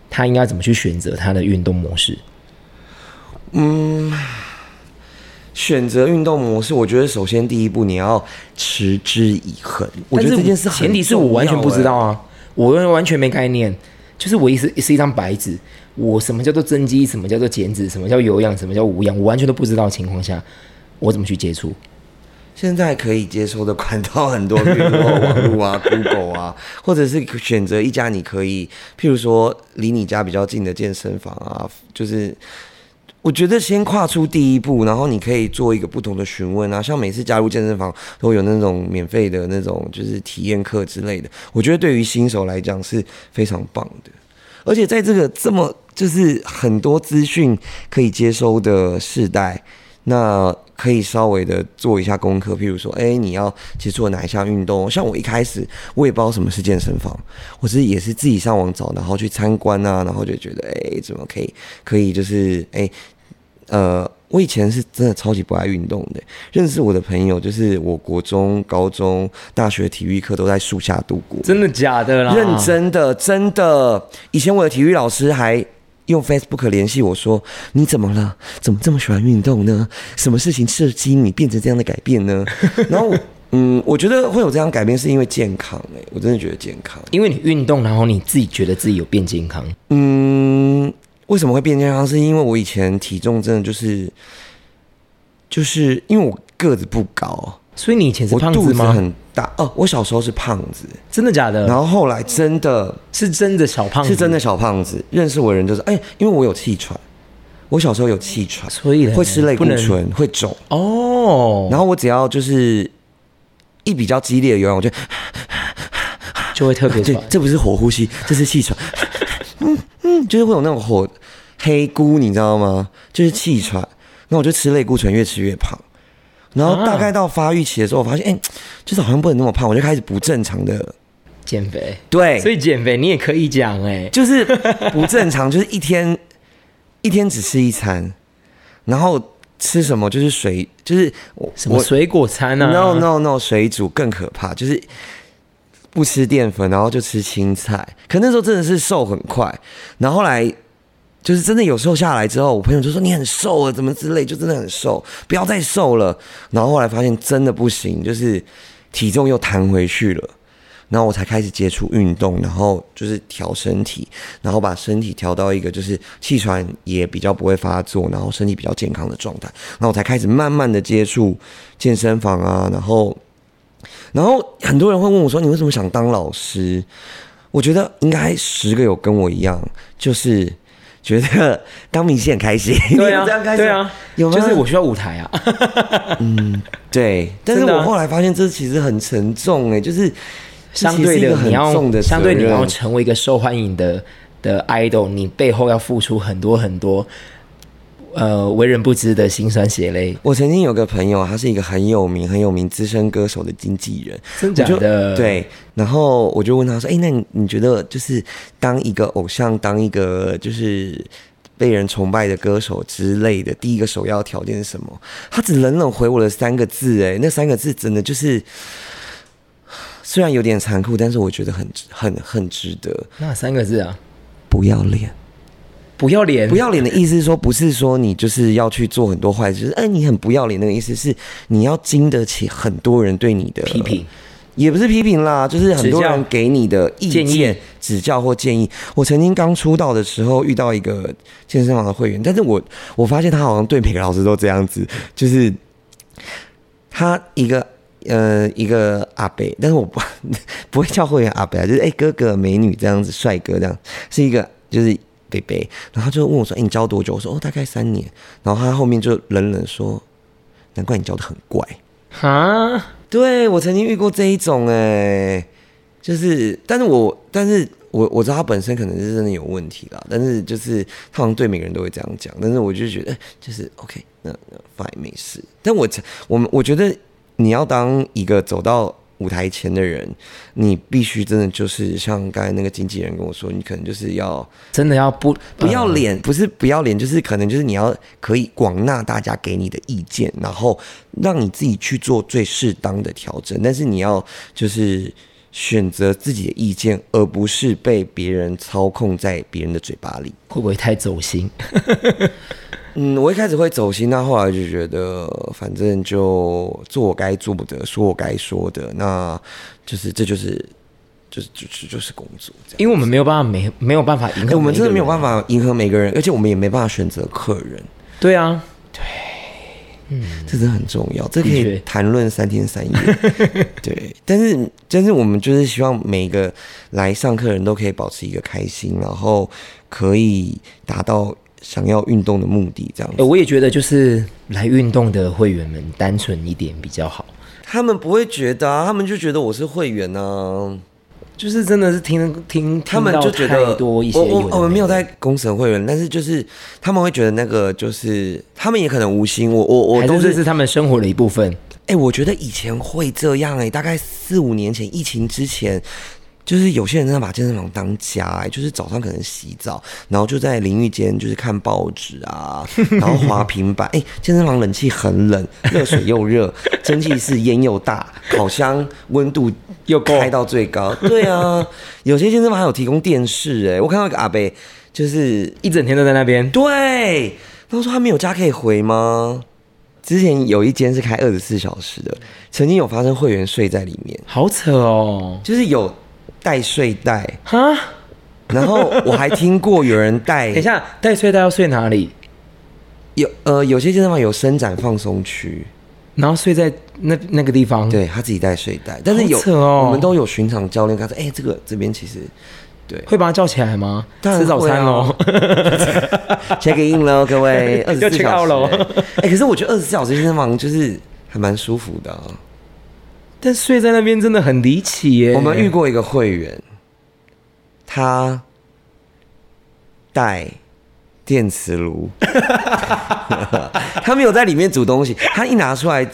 他应该怎么去选择他的运动模式？
选择运动模式，我觉得首先第一步你要持之以恒。我觉得
但
这
是
件事很欸
前提是我完全不知道啊，我完全没概念，就是我一是是一张白纸，我什么叫做增肌，什么叫做减脂，什么叫有氧，什么叫无氧，我完全都不知道的情况下，我怎么去接触？
现在可以接收的管道很多，比如说网络啊、Google 啊，或者是选择一家你可以，譬如说离你家比较近的健身房啊，就是。我觉得先跨出第一步，然后你可以做一个不同的询问啊，像每次加入健身房都有那种免费的那种就是体验课之类的，我觉得对于新手来讲是非常棒的。而且在这个这么就是很多资讯可以接收的时代，那可以稍微的做一下功课，譬如说，哎、你要接触哪一项运动？像我一开始我也不知道什么是健身房，我是也是自己上网找，然后去参观啊，然后就觉得，哎、怎么可以可以就是哎、呃，我以前是真的超级不爱运动的。认识我的朋友，就是我国中、高中、大学体育课都在树下度过，
真的假的啦？
认真的，真的。以前我的体育老师还用 Facebook 联系我说：“你怎么了？怎么这么喜欢运动呢？什么事情刺激你变成这样的改变呢？” 然后我，嗯，我觉得会有这样改变是因为健康、欸，我真的觉得健康。
因为你运动，然后你自己觉得自己有变健康，
嗯，为什么会变健康？是因为我以前体重真的就是，就是因为我个子不高，
所以你以前是
我
胖
肚
子
子
吗？
很大。哦，我小时候是胖子，
真的假
然
的？
后后来真的
是真的小胖子，
是真的，小胖子，认识我的人就是哎，因为我有气喘，我小时候有气喘，
所以嘞
会吃类
不
固
能
醇，会肿。
哦，
然后我只要就是一比较激烈的游泳，我就
就会特别
这
喘。
这不是火呼吸，这是气喘。 嗯嗯，就是会有那种火黑菇，你知道吗？就是气喘。那我就吃类固醇，越吃越胖。然
啊
后大概到发育期的时候，我发现，哎、就是好像不能那么胖，我就开始不正常的，
减肥，
对，
所以减肥你也可以讲哎、
就是不正常， 就是一天一天只吃一餐，然后吃什么就是水，就是我
什么
我
水果餐啊
No no no，水煮更可怕，就是不吃淀粉，然后就吃青菜。可那时候真的是瘦很快，然后后来就是真的有瘦下来之后，我朋友就说你很瘦啊了，怎么之类，就真的很瘦，不要再瘦了。然后后来发现真的不行，就是体重又弹回去了。然后我才开始接触运动，然后就是调身体，然后把身体调到一个就是气喘也比较不会发作，然后身体比较健康的状态。然后我才开始慢慢的接触健身房啊，然后，然后很多人会问我说：“你为什么想当老师？”我觉得应该十个有跟我一样，就是觉得当明星很开心。
对
你有这样开
啊，
始
对啊，
有吗？
就是我需要舞台啊，
对，但是
真的啊
我后来发现这其实很沉重哎、就是这
相
其实是
对
一个
的
很
你
重
要
的责
相对你
任
要成为一个受欢迎的的 idol，你背后要付出很多很多，呃，为人不知的辛酸血泪，
我曾经有个朋友，他是一个很有名、很有名资深歌手的经纪人，
真假
我就
的
对，然后我就问他说：“哎、那你你觉得就是当一个偶像，当一个就是被人崇拜的歌手之类的，第一个首要条件是什么？”他只冷冷回我了三个字、哎，那三个字真的就是 虽然有点残酷，但是我觉得很很很值得。
那三个字啊，
不要脸。
不要脸，
不要脸的意思是说，不是说你就是要去做很多坏事，就是哎、你很不要脸那个意思是你要经得起很多人对你的
批评，，
也不是批评啦，就是很多
指
人
教
给你的意见、
建议
指教或建议。我曾经刚出道的时候遇到一个健身房的会员，但是我我发现他好像对每个老师都这样子，就是他一个。呃，一个阿伯，但是我 不不会叫会员阿伯啊，就是哎、哥哥、美女这样子，帅哥这样，是一个就是北北，然后他就问我说：“哎、你教多久？”我说：“哦，大概三年。”然后他后面就冷冷说：“难怪你教的很怪。”
哈，
对我曾经遇过这一种哎、就是，但是我但是我我知道他本身可能是真的有问题啦，但是就是他好像对每个人都会这样讲，但是我就觉得哎就是 OK，那那 fine 没事。但我我们我觉得你要当一个走到舞台前的人，你必须真的就是像刚才那个经纪人跟我说，你可能就是要
真的要不
不要脸，不是不要脸，就是可能就是你要可以广纳大家给你的意见，然后让你自己去做最适当的调整。但是你要就是选择自己的意见，而不是被别人操控在别人的嘴巴里。
会不会太走心？
嗯，我一开始会走心，啊那后来就觉得反正就做我该做的，说我该说的，那就是这就是就是就是就是工作这样。
因为我们没有办法没没有办法迎合、
哎、我们真的没有办
法。
法迎合每个人，而且我们也没办法选择客人。
对啊，
这真的很重要，这可
的确
以谈论三天 三夜。对，但是但是我们就是希望每个来上课的人都可以保持一个开心，然后可以达到想要运动的目的，这样
呃
子。
我也觉得就是来运动的会员们单纯一点比较好。
他们不会觉得、啊，他们就觉得我是会员呢、
就是真的是听听，
他们
听到
就觉得
太多一些
我哦
有的
我我们没有
的
在攻审会员，但是就是他们会觉得那个就是他们也可能无心，我我我
还
都
是这
是
是他们生活的一部分。
哎、我觉得以前会这样哎、大概四五年前疫情之前，就是有些人真的把健身房当家哎、就是早上可能洗澡，然后就在淋浴间就是看报纸啊，然后 滑平板。哎、健身房冷气很冷，热水又热，蒸汽室烟又大，烤箱温度
又够
开到最高。对啊，有些健身房还有提供电视哎、我看到一个阿伯就是
一整天都在那边，
对，然后说他没有家可以回吗？之前有一间是开二十四小时的，曾经有发生会员睡在里面，
好扯哦！
就是有带睡袋，
哈，
然后我还听过有人带
等一，下，带睡袋要睡哪里？
有呃有些健身房有伸展放松区，
然后睡在那那个地方。，
对他自己带睡袋，但是
好
有
扯哦
我们都有巡场教练跟他说，哎、这个这边其实对
会把他叫起来吗？
当然啊
吃早餐喽。
check in 了，各位二 十
要
四
check
小
out 哦
时、
咯
哎、可是我觉得二十四小时健身房就是还蛮舒服的啊、
但睡在那边真的很离奇耶。
我们遇过一个会员，他带电磁炉， 他没有在里面煮东西，他一拿出来就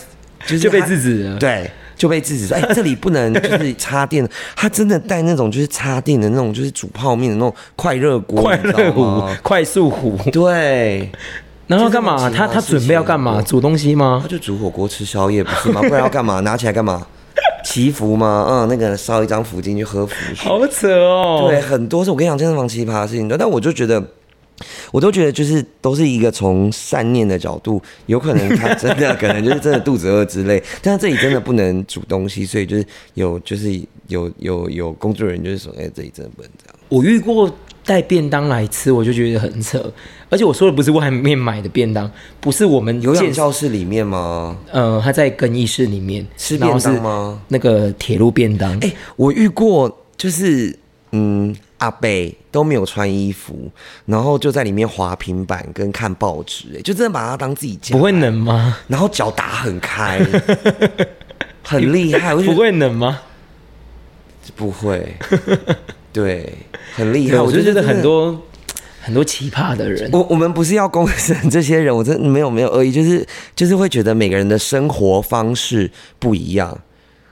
是
就被
他
制止了
对。就被制 止说：“哎、这里不能就是插电。”他真的带那种就是插电的那种，就是煮泡面的那种快热锅，
快
你知道
乐虎
吗，
快速虎。
对，
然后干嘛？
就
他
这么奇妙的
他准备要干嘛？
事情
煮东西吗
他？就煮火锅吃宵夜不是吗？不然要干嘛？拿起来干嘛？祈福吗？嗯，那个烧一张符进去喝符水。
好扯哦。
对，，很多是我跟你讲健身房奇葩的事情，但我就觉得，我都觉得就是都是一个从善念的角度，有可能他真的可能就是真的肚子饿之类，但是这里真的不能煮东西，所以就是有就是有有有工作人员就是说，哎、这里真的不能这样。
我遇过带便当来吃，我就觉得很扯。而且我说的不是外面买的便当，不是我们
有氧
健
教室里面吗？
呃，他在更衣室里面
吃便当？吗？
那个铁路便当，
哎、我遇过，就是嗯，阿北都没有穿衣服，然后就在里面滑平板跟看报纸，哎，就真的把它当自己家，
不会冷吗？
然后脚打 很开，很厉害，哎我就觉
不
得
会冷吗？
不会，对，很厉害，
对，我就觉得
真的
很。多很多奇葩的人，
我我们不是要公审这些人，我真的没有没有恶意，就是就是会觉得每个人的生活方式不一样，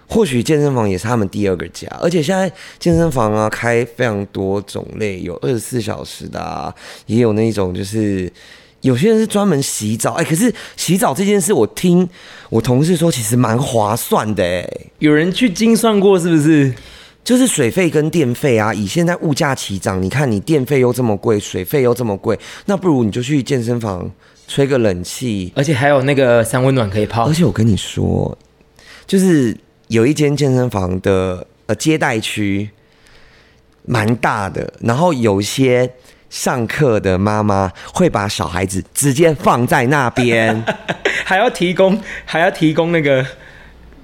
或许健身房也是他们第二个家，而且现在健身房啊开非常多种类，有二十四小时的、啊，也有那种就是有些人是专门洗澡，哎、可是洗澡这件事，我听我同事说其实蛮划算的、哎。
有人去精算过是不是？
就是水费跟电费啊，以现在物价齐涨，你看你电费又这么贵，水费又这么贵，那不如你就去健身房吹个冷气。
而且还有那个三温暖可以泡
而，且我跟你说，就是有一间健身房的呃接待区蛮大的，然后有些上课的妈妈会把小孩子直接放在那边。
还要提供还要提供那个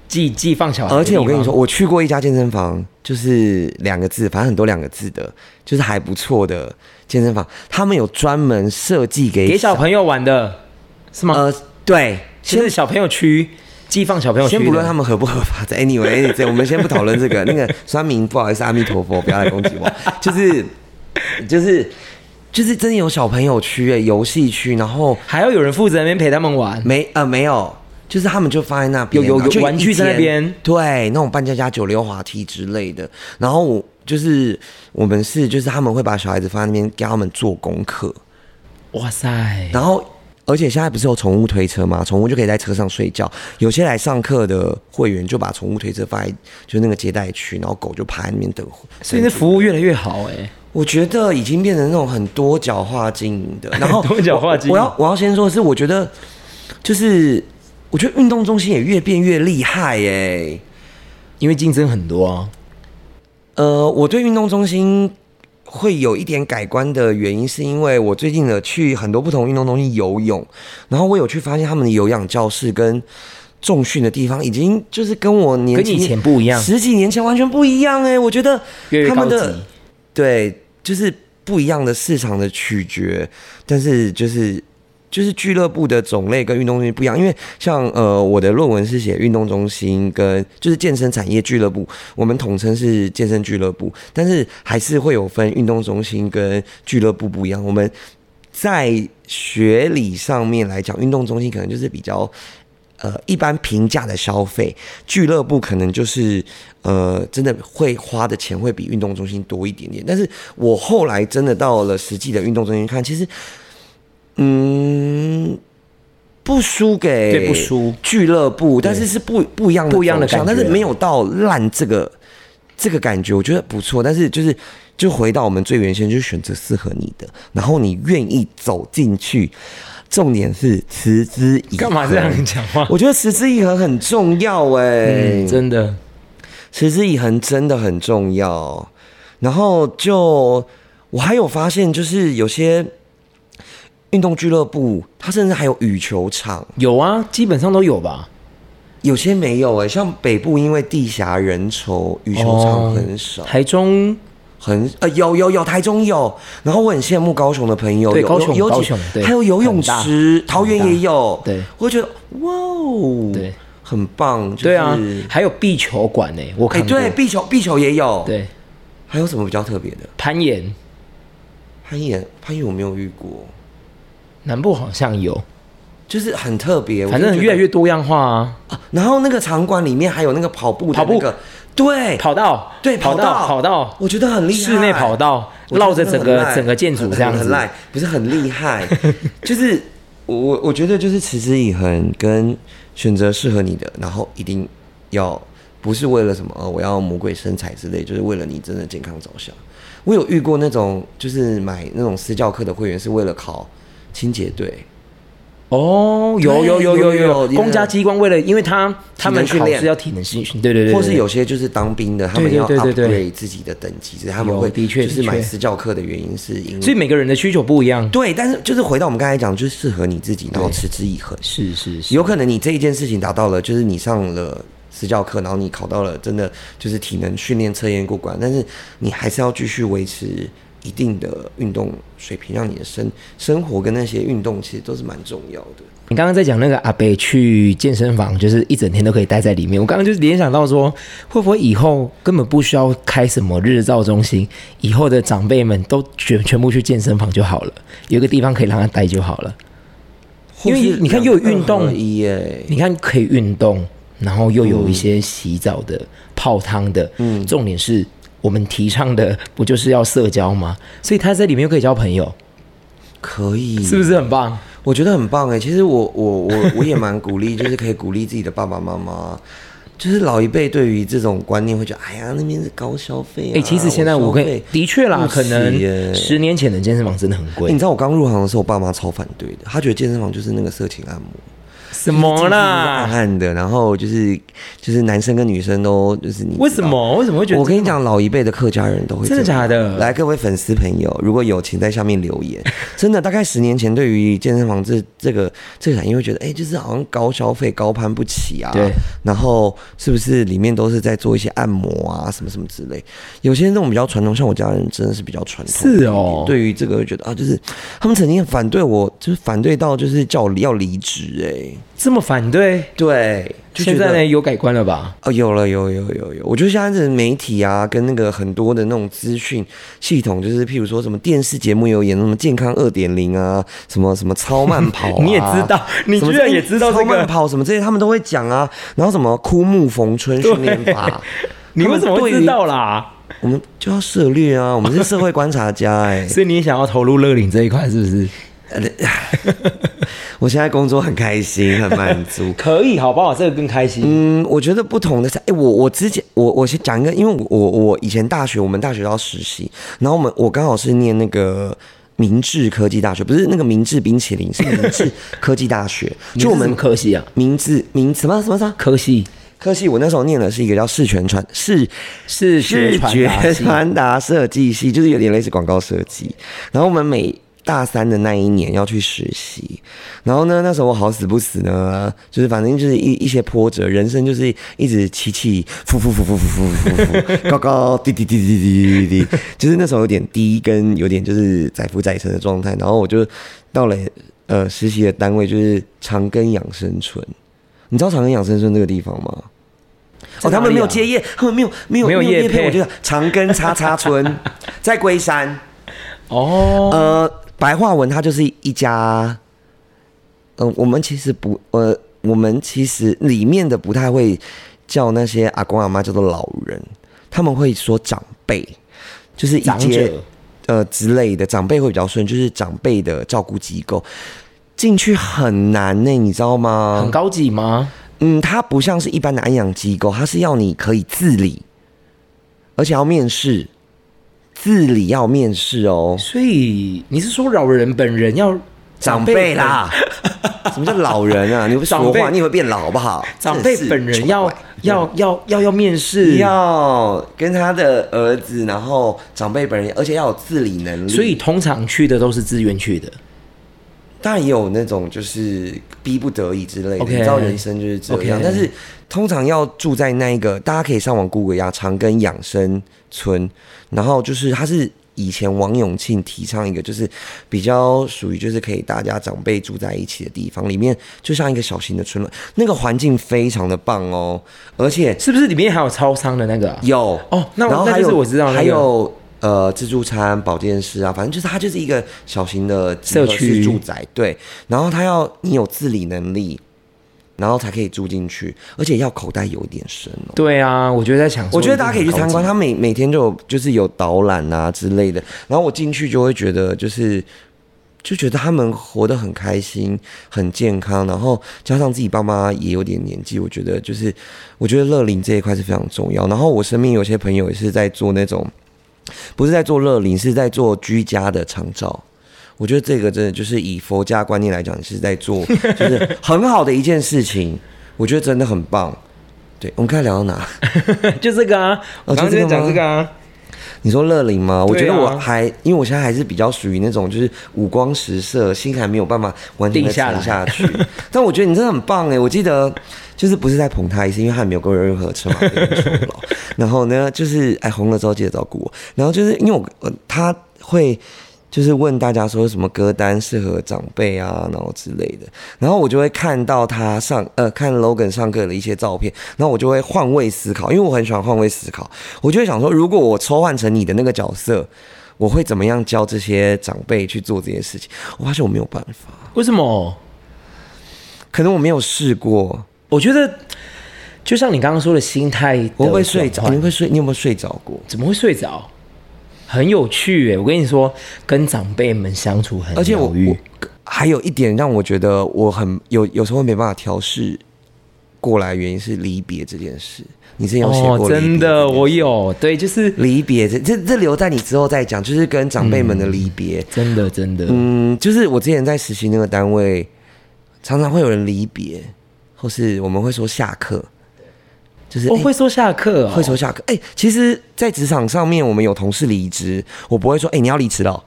寄寄放小孩。
而且我跟你说，，我去过一家健身房，就是两个字，反正很多两个字的，就是还不错的健身房。他们有专门设计给
给小朋友玩的是吗？
呃，对，
就是小朋友区寄放小朋友区的，
先不论他们合不合法 的，anyway，这我们先不讨论这个。那个酸民，不好意思，阿弥陀佛，不要来攻击我。就是就是就是真的有小朋友区诶，游戏区，然后
还要有人负责那边陪他们玩。
没呃没有，就是他们就放在那边，
有有有
然后就
玩具在那边
一间对，那种半家家酒、溜滑梯之类的。然后我就是我们是就是他们会把小孩子放在那边给他们做功课，
哇塞，
然后而且现在不是有宠物推车吗？宠物就可以在车上睡觉。有些来上课的会员就把宠物推车放在就是那个接待区，然后狗就趴在那边等。
所以那服务越来越好哎、
我觉得已经变成那种很多角化经营的。 然后
多角化经营
我我要我要先说的是，我觉得就是我觉得运动中心也越变越厉害耶、
因为竞争很多啊。
呃，我对运动中心会有一点改观的原因，是因为我最近的去很多不同运动中心游泳，然后我有去发现他们的有氧教室跟重训的地方，已经就是跟我年
跟
纪
以前不一样
十几年前完全不一样哎、我觉得
越来越
他们
高
的
级
对就是不一样的市场的取决，但是就是。就是俱乐部的种类跟运动中心不一样，因为像呃我的论文是写运动中心跟就是健身产业俱乐部，我们统称是健身俱乐部，但是还是会有分运动中心跟俱乐部不一样。我们在学理上面来讲，运动中心可能就是比较呃一般平价的消费，俱乐部可能就是呃真的会花的钱会比运动中心多一点点。但是我后来真的到了实际的运动中心看，其实嗯。不输给
对不输
俱乐部，但是是不不一样的
不一样的
走向
感觉啊
但是没有到烂这个这个感觉，我觉得不错。但是就是就回到我们最原先，就是选择适合你的，然后你愿意走进去，重点是持之以恒。
干嘛这样讲话？
我觉得持之以恒很重要哎、
嗯，真的，
持之以恒真的很重要。然后就我还有发现，就是有些运动俱乐部，它甚至还有羽球场，
有啊，基本上都有吧。
有些没有哎、像北部因为地狭人稠，羽球
哦
场很少，
台中
很呃有有有台中有，然后我很羡慕高雄的朋友，
对
有
高雄
有有
高
几
雄对
还有游
很
泳池
大，
桃园
很大
也有，
对
我就觉得哇哦，
对，
很棒，就是、
对啊，还有壁球馆呢、我
哎、
看过。
对，壁球壁球也有，，
对
还有什么比较特别的？
攀岩，
攀岩攀岩我没有遇过，
南部好像有，
就是很特别，
反正
我就觉得
越来越多样化啊。
啊然后那个场馆里面还有那个跑步的
跑步
那个，对，
跑道，
对
跑
道
跑道，
我觉得很厉害，
室内跑道
我觉得
绕着
真
整
的很
个
赖
整个建筑这样
很
子
很。赖，不是很厉 害，就是我我我觉得就是持之以恒，跟选择适合你的，然后一定要不是为了什么哦，我要魔鬼身材之类，就是为了你真的健康着想。我有遇过那种就是买那种私教课的会员是为了考清洁队，
哦，有
对
有有有
有
有，
有有
公家机关为了，因为他他们
体能训
考
练
试要体能训训，对对对，对
或是有些就是当兵的，他们
对对
要
对对对
upgrade 自己的等级，所以他们
有
会
的确
就是
的
买
确
私教课的原因是因为
所以每个人的需求不一样。
对，但是就是回到我们刚才讲，就是适合你自己，然后持之以恒。
是是是，
有可能你这一件事情达到了，就是你上了私教课，然后你考到了真的就是体能训练测验过关，但是你还是要继续维持一定的运动水平，让你的生生活跟那些运动其实都是蛮重要的。
你刚刚在讲那个阿贝去健身房，就是一整天都可以待在里面。我刚刚就是联想到说，会不会以后根本不需要开什么日照中心，以后的长辈们都全全部去健身房就好了，有一个地方可以让他待就好了。因为
或是
你看又有运动
两合一耶，
你看可以运动，然后又有一些洗澡的、泡汤的，嗯，重点是我们提倡的不就是要社交吗？所以他在里面又可以交朋友，
可以
是不是很棒？
我觉得很棒哎，其实我我我我也蛮鼓励，就是可以鼓励自己的爸爸妈妈。就是老一辈对于这种观念会觉得，哎呀，那边是高消费、啊。
哎、其实现在我
消
跟
费
的确啦，
不起
可能
耶
十年前的健身房真的很
欸
贵
你，知道我刚入行的时候，我爸妈超反对的，他觉得健身房就是那个色情按摩，
什么
就是进去就是暗
啦？
暗的，然后就是就是男生跟女生都就是你
为什？么？为什么会觉得？
我跟你，讲，老一辈的客家人都会
真的
这样
假的
来，各位粉丝朋友，如果有，请在下面留言。 真的，大概十年前，对于健身房这这个这个产业，会觉得，哎、就是好像高消费、高攀不起啊。
对。
然后是不是里面都是在做一些按摩啊，什么什么之类？有些那种比较传统，像我家人真的是比较传统。
是哦
对于这个，会觉得啊，就是他们曾经反对我，就是反对到就是叫我要离职、哎，
这么反对，
对，就觉
现
得
在呢有改观了吧？，
哦，有了，有有有有，我觉得现在的媒体啊，跟那个很多的那种资讯系统，就是譬如说什么电视节目有演什么健康二点零啊，什么什么超慢跑、啊
你也知道你
什么
居然也知道这个
超慢跑什么这些，他们都会讲啊。然后什么枯木逢春训练法，
你为什么会
他们对于
知道啦？
我们就要涉猎啊，我们是社会观察家哎、
所以你也想要投入乐领这一块，是不是？
我现在工作很开心，很满足。
可以，好不好？这个更开心。
嗯，我觉得不同的是，哎、我我之前我我先讲一个，因为我我我以前大学我们大学都要实习，然后我们我刚好是念那个。明治科技大学不是那个明治冰淇淋，是明治科技大学。就
你
我
是什
们
么科系啊？
明治明什么什么啥
科系
科系，我那时候念的是一个叫视觉传视
视觉
视
传
觉
达系
传达设计系，就是有点类似广告设计。然后我们每大三的那一年要去实习，然后呢，那时候我好死不死呢，就是反正就是一一些波折，人生就是一直起起伏伏伏伏伏伏伏伏，高高低低低低低低低， 就是那时候有点低跟有点就是载浮载沉的状态。然后我就到了呃实习的单位，就是长庚养生村。你知道长庚养生村这个地方吗？
在哪
哦，
里啊
他们没有接业，他们没有没有
没有业
业
配
配，我觉得长庚叉 叉村在龟山，
哦，
呃，白话文它就是一家，呃，我们其实不，呃，我们其实里面的不太会叫那些阿公阿妈叫做老人，他们会说长辈，就是一
长
些
者
呃之类的长辈会比较顺，就是长辈的照顾机构。进去很难呢、你知道吗？
很高级吗？
嗯，它不像是一般的安养机构，它是要你可以自理，而且要面试，自理要面试哦。
所以你是说老人本人要
长辈啦，什么叫老 人啊？你会说
长辈
话，你会变老，好不好？
长辈
真是
本人要
怪
要要要要面试，
要跟他的儿子，然后长辈本人，而且要有自理能力。
所以通常去的都是自愿去的。
当然也有那种就是逼不得已之类的
OK
你知道人生就是这样。
OK
但是通常要住在那一个，大家可以上网 Google 一下长庚养生村，然后就是它是以前王永庆提倡一个，就是比较属于就是可以大家长辈住在一起的地方，里面就像一个小型的村落，那个环境非常的棒哦，而且
是不是里面还有超商的那个啊、
有
哦那我
然后
那
还
就
有
是我知道那个
还有呃自助餐、保健室啊，反正就是它就是一个小型的集合
社
式
区
住宅，对。然后它要你有自理能力，然后才可以住进去，而且要口袋有点深哦。
对啊，我觉得在想说，
我觉得大家可以去参观，
一定很高级啊
他每每天就有就是有导览啊之类的，然后我进去就会觉得就是。就觉得他们活得很开心、很健康，然后加上自己爸妈也有点年纪，我觉得就是，我觉得乐龄这一块是非常重要。然后我身边有些朋友也是在做那种，不是在做乐龄，是在做居家的长照。我觉得这个真的就是以佛家观念来讲，是在 做就是很好的一件事情。我觉得真的很棒。对，我们刚才聊到哪？
就这个啊，我
哦
刚刚
就
在
这个吗
讲这个啊，
你说乐龄吗？我
对
觉
啊
得我还，因为我现在还是比较属于那种就是五光十色，心还没有办法完全的
定下来
沉下去。 但我觉得你真的很棒哎！我记得就是不是在捧他一次，因为他也没有给我任何车马费跟酬劳。然后呢，就是哎红了之后记得照顾我。然后就是因为我呃他会。就是问大家说有什么歌单适合长辈啊，然后之类的，然后我就会看到他上呃看 Logan 上课的一些照片，然后我就会换位思考，因为我很喜欢换位思考，我就会想说，如果我抽换成你的那个角色，我会怎么样教这些长辈去做这些事情？我发现我没有办法，
为什么？
可能我没有试过。
我觉得就像你刚刚说的心态的转换，
我会不会睡着？你会睡？你有没有睡着过？
怎么会睡着？很有趣耶！我跟你说，跟长辈们相处很
而且我
疗愈
我还有一点让我觉得我很有有时候没办法调试过来，原因是离别这件事。你之前有写过、
哦，真的，我有对，就是
离别这这这留在你之后再讲，就是跟长辈们的离别。
真的真的，
嗯，就是我之前在实习那个单位，常常会有人离别，或是我们会说下课，就是、
我、
哎
哦会说下课、哦，
会说下课。哎、其实，在职场上面，我们有同事离职，我不会说哎、你要离职了哦，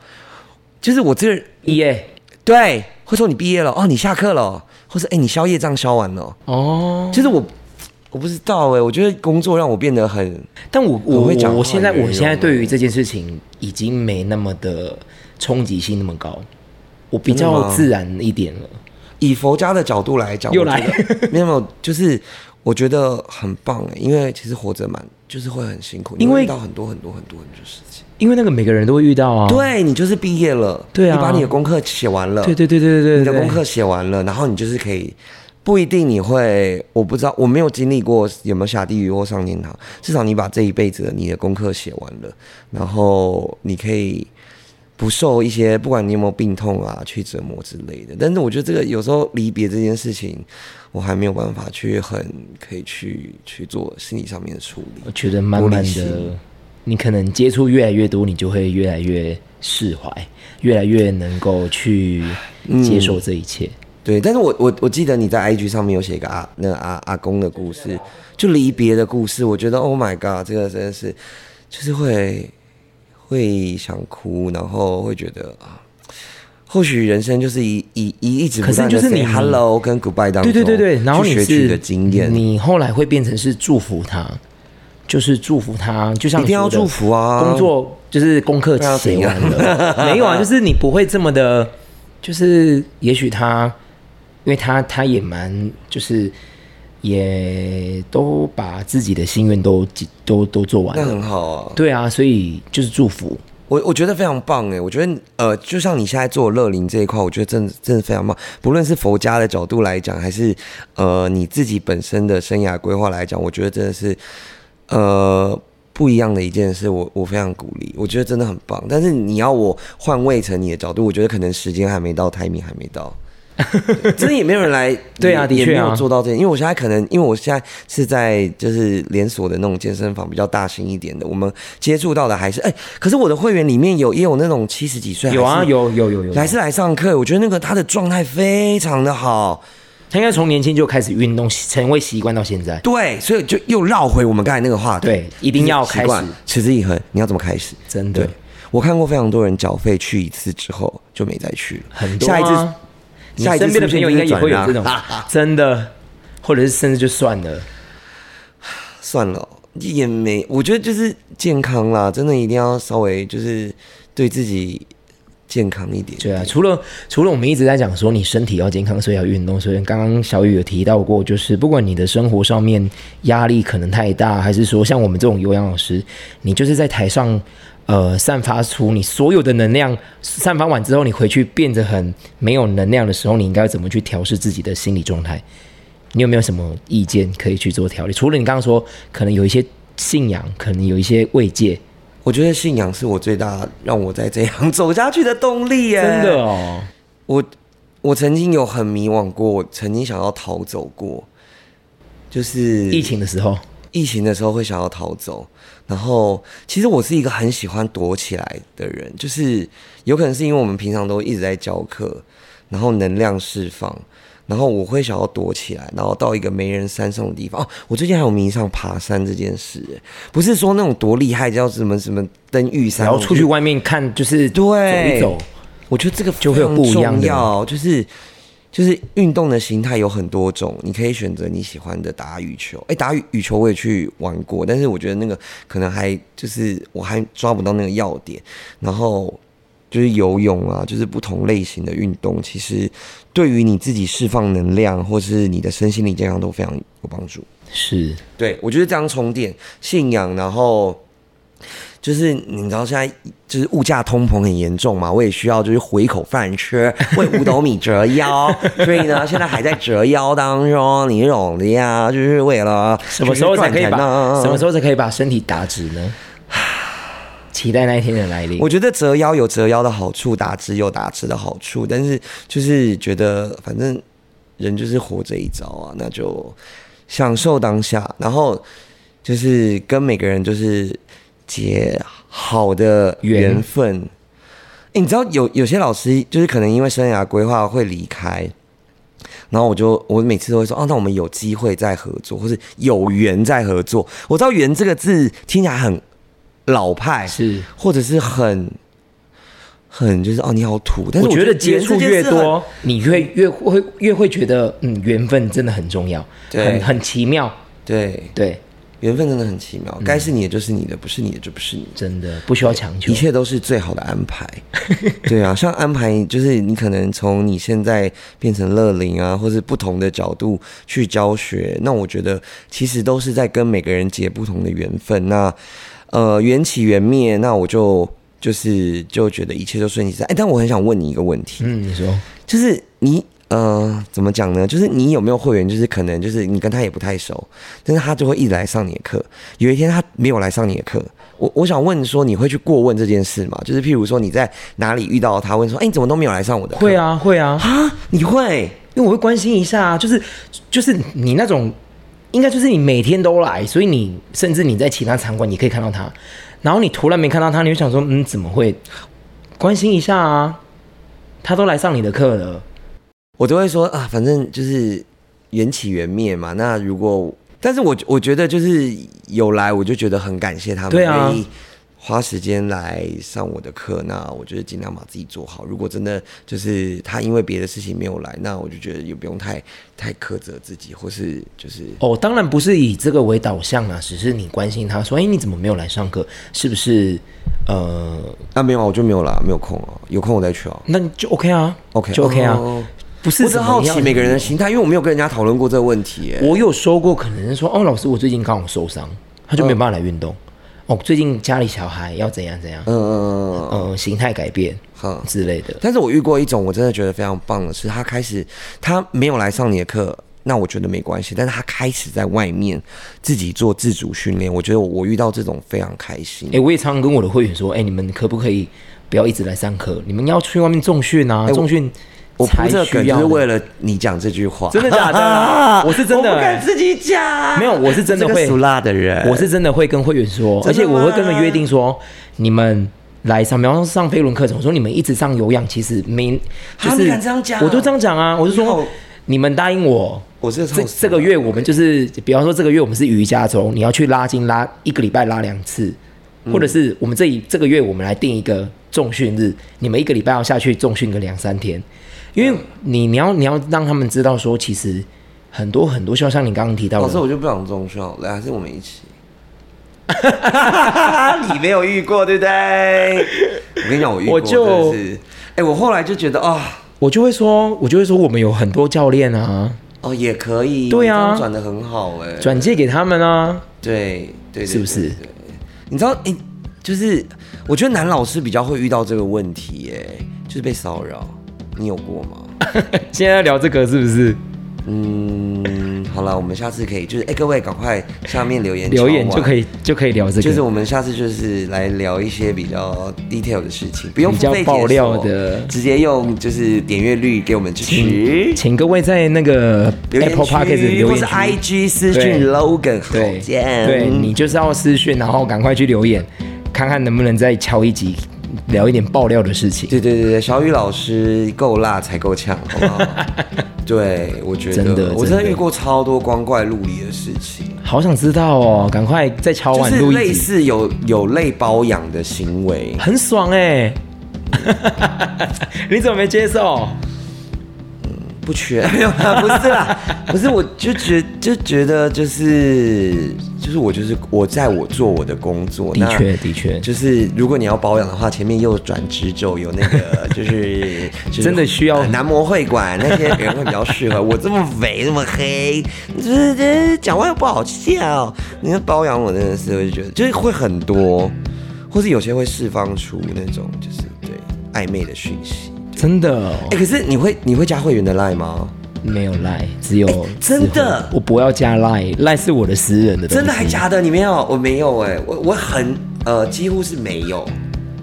就是我这个人
耶
对会说你毕业了哦，你下课了哦，或是哎、你宵夜账消完了哦，
哦。
就是我我不知道哎、我觉得工作让我变得很
但我我
很会讲
我
话
我现在
的人
我现在
有
对于这件事情已经没那么的冲击性那么高，我比
真的
较
吗
自然一点了。
以佛家的角度来讲，
又
我觉
来
得没有没有，就是我觉得很棒哎，因为其实活着蛮就是会很辛苦，你
因为
会遇到很多很多很多很多事情。
因为那个每个人都会遇到啊。
对你就是毕业了，
对啊
你把你的功课写完了，
对对对对对对，
你的
对
功课写完了，然后你就是可以。不一定你会，我不知道，我没有经历过有没有下地狱或上天堂。至少你把这一辈子的你的功课写完了，然后你可以不受一些不管你有没有病痛啊去折磨之类的。但是我觉得这个有时候离别这件事情，我还没有办法去很可以去去做心理上面的处理。
我觉得慢慢
玻璃
的
心，
你可能接触越来越多，你就会越来越释怀，越来越能够去
嗯
接受这一切。
对，但是我我我记得你在 IG 上面有写一个阿那个阿阿公的故
啊
事，就离别的故事，我觉得 Oh my God，这个真的是就是会会想哭，然后会觉得啊，或许人生就是一一一一直不断
可是
的
就是
say
你
hello 跟 goodbye 当中，
对对对对，然后
去
你
学
是
取的经验，
你后来会变成是祝福他，就是祝福他，就像
一定要
你说的
祝福啊
工作就是功课
那要
写
怎样
完了， 没有啊，就是你不会这么的，就是也许他，因为他他也蛮就是。也都把自己的心愿都都都做完
那
了，
很好啊。
对啊，所以就是祝福。
我我觉得非常棒哎，我觉得呃，就像你现在做乐龄这一块，我觉得真的真的非常棒。不论是佛家的角度来讲，还是呃你自己本身的生涯规划来讲，我觉得真的是呃不一样的一件事，我我非常鼓励，我觉得真的很棒。但是你要我换位成你的角度，我觉得可能时间还没到，timing 还没到。真的也没有人来，
对啊
也
的确啊
也没有做到这点。因为我现在可能，因为我现在是在就是连锁的那种健身房比较大型一点的，我们接触到的还是哎、可是我的会员里面有也有那种七十几岁，
有啊，
还是
有有有有，
来是来上课，我觉得那个他的状态非常的好，
他应该从年轻就开始运动，成为习惯到现在。
对，所以就又绕回我们刚才那个话题，
对一定要
就是习惯
开始
持之以恒，你要怎么开始？
真的
对我看过非常多人缴费去一次之后就没再去了，
很多、
下
啊、
一次
你
下一次
身边的朋友应该也会有这
是不是就是
种
转，啊
真的，或者是甚至就算了。
算了哦，也没，我觉得就是健康啦，真的一定要稍微就是对自己健康一点。
对啊，除了除了我们一直在讲说你身体要健康，所以要运动。所以刚刚小雨有提到过，就是不管你的生活上面压力可能太大，还是说像我们这种有氧老师，你就是在台上呃散发出你所有的能量，散发完之后你回去变得很没有能量的时候，你应该怎么去调试自己的心理状态？你有没有什么意见可以去做调理？除了你刚刚说可能有一些信仰，可能有一些慰藉，
我觉得信仰是我最大让我在这样走下去的动力耶。
真的，哦，
我我曾经有很迷惘过，我曾经想要逃走过，就是
疫情的时候，
疫情的时候会想要逃走，然后其实我是一个很喜欢躲起来的人，就是有可能是因为我们平常都一直在教课，然后能量释放，然后我会想要躲起来，然后到一个没人山上的地方。哦，我最近还有迷上爬山这件事，不是说那种多厉害，叫什么什么登玉山，
然后出去外面看，就是
对
走一走。
我觉得这个
就会有
非
不
常
一样的
重要，就是就是运动的形态有很多种，你可以选择你喜欢的打羽球。哎、打羽羽球我也去玩过，但是我觉得那个可能还就是我还抓不到那个要点。然后就是游泳啊，就是不同类型的运动，其实对于你自己释放能量或是你的身心灵健康都非常有帮助。
是，
对，我觉得这样充电信仰，然后就是你知道现在就是物价通膨很严重嘛，我也需要就是回口饭吃，为五斗米折腰，所以呢，现在还在折腰当中，你懂的呀，就是为了
什么时候才可以把
赚钱呢
什么时候才可以把身体打直呢？期待那一天的来临。
我觉得折腰有折腰的好处，打直有打直的好处，但是就是觉得反正人就是活这一遭啊，那就享受当下，然后就是跟每个人就是结好的缘分。诶你知道有有些老师就是可能因为生涯规划会离开，然后我就我每次都会说，哦，那我们有机会再合作，或是有缘再合作。我知道“缘”这个字听起来很老派，
是，
或者是很很就是哦，你好土。但是
我觉得接
缘
触
这件
越
事很
多，你越越会越会觉得，嗯，缘分真的很重要，
对
很很奇妙，
对
对，
缘分真的很奇
嗯
妙，该是你的就是你的，不是你的就不是你的。
真的不需要强求
一。切都是最好的安排， 对啊，像安排就是你可能从你现在变成乐龄啊，或是不同的角度去教学，那我觉得其实都是在跟每个人结不同的缘分。那呃，缘起缘灭，那我就就是就觉得一切都顺其自然。哎，但我很想问你一个问题，
嗯，你说
就是你呃，怎么讲呢？就是你有没有会员？就是可能就是你跟他也不太熟，但是他就会一直来上你的课。有一天他没有来上你的课，我我想问说，你会去过问这件事吗？就是譬如说你在哪里遇到他，问说，哎、你怎么都没有来上我的课？
会啊，会啊，
啊，你会？
因为我会关心一下啊，就是就是你那种，应该就是你每天都来，所以你甚至你在其他场馆你可以看到他，然后你突然没看到他，你就想说，嗯，怎么会？关心一下啊，他都来上你的课了，
我都会说啊，反正就是缘起缘灭嘛。那如果，但是我我觉得就是有来，我就觉得很感谢他们
对啊
愿意花时间来上我的课。那我就是尽量把自己做好。如果真的就是他因为别的事情没有来，那我就觉得也不用太太苛责自己，或是就是
哦，当然不是以这个为导向啦，只是你关心他说，哎，你怎么没有来上课？是不是？呃，
啊没有啊，我就没有啦，没有空啊，有空我再去啊。
那你就 OK 啊
OK
就 OK 啊，
哦
不是
我只
怎么
好奇
样
每个人的心态，因为我没有跟人家讨论过这个问题、耶。
我有收过，可能是说哦，老师，我最近刚好受伤，他就没有办法来运动。哦，最近家里小孩要怎样怎样，
嗯嗯嗯嗯，
呃，形态改变
好。
之类的。
但是我遇过一种我真的觉得非常棒的是，他开始他没有来上你的课，那我觉得没关系。但是他开始在外面自己做自主训练，我觉得我我遇到这种非常开心。
哎，我也常常跟我的会员说，哎，你们可不可以不要一直来上课？你们要去外面重训啊，重训
我铺这个
才
梗
需
就
要
是
的
为了你讲这句话，
真的假的 我是真的
我不敢自己讲，
没有我是真的
这个
会
俗辣的人，
我是真的会跟会员说，
真的
而且我会跟他
吗
们约定说，你们来上，比方说上飞轮课程，我说你们一直上有氧，其实没就
你
是
敢这样讲
我就这样讲啊，我就
你好
说你们答应我。
我是
这这个月我们就是，比方说这个月我们是瑜伽周，你要去拉筋拉一个礼拜拉两次，
嗯
或者是我们这一这个月我们来定一个重训日，你们一个礼拜要下去重训个两三天，因为你你要你要让他们知道说，其实很多很多，就像你刚刚提到
老师
的，
我就不想中校，来还是我们 一起。你没有遇过对不对？我跟你讲，我遇过，
我就
真的是，哎、我后来就觉得啊、
我就会说，我就会说我们有很多教练啊，
哦，也可以，
对啊
你这样转的很好哎、
转借给他们 啊，
对对对，
是不是
对？对对你知道，哎、就是我觉得男老师比较会遇到这个问题、哎，就是被骚扰，你有过吗？
现在聊这个是不是？
嗯，好了，我们下次可以，就是哎、各位赶快下面留言
留言就可
以。
以就可以聊这个，
啊就是我们下次就是来聊一些比较 detail 的事情，不用
比较
付费解
爆料
锁
的
直接用就是点阅率给我们支持。
请各位在那个
留言区
Apple Podcast 留
或
言
是
区
IG 私讯
对
Logan 好
对，
见，
对你就是要私讯，然后赶快去留言，看看能不能再敲一集，聊一点爆料的事情。
对对对对，小雨老师够辣才够呛，好 不好？对，我觉得
真的
我真的
真的
遇过超多光怪陆离的事情，
好想知道哦，赶快再敲
就
完
是
录
类
一集，
似有有类包养的行为，
很爽哎、 你怎么没接受？
不缺， 没有啦，不是啦， 不是，我就觉就觉得就是就是我就是我在我做我的工作，
的
那
确，的确，
就是如果你要保养的话，前面右转直走有那个 就是、就是、
真的需要
呃男模会馆那些别人会比较适合。我这么肥这么黑，这这讲话又不好笑，你要保养我真的是我就觉得就是会很多，或是有些会释放出那种就是对暧昧的讯息。
真的哦、
哎、可是你会你会加会员的 line 吗？
没有赖，只有、
哎真的
只会我不要加赖，赖是我的私人的东西，
真的还假的？你没有？我没有哎、我我很呃几乎是没有。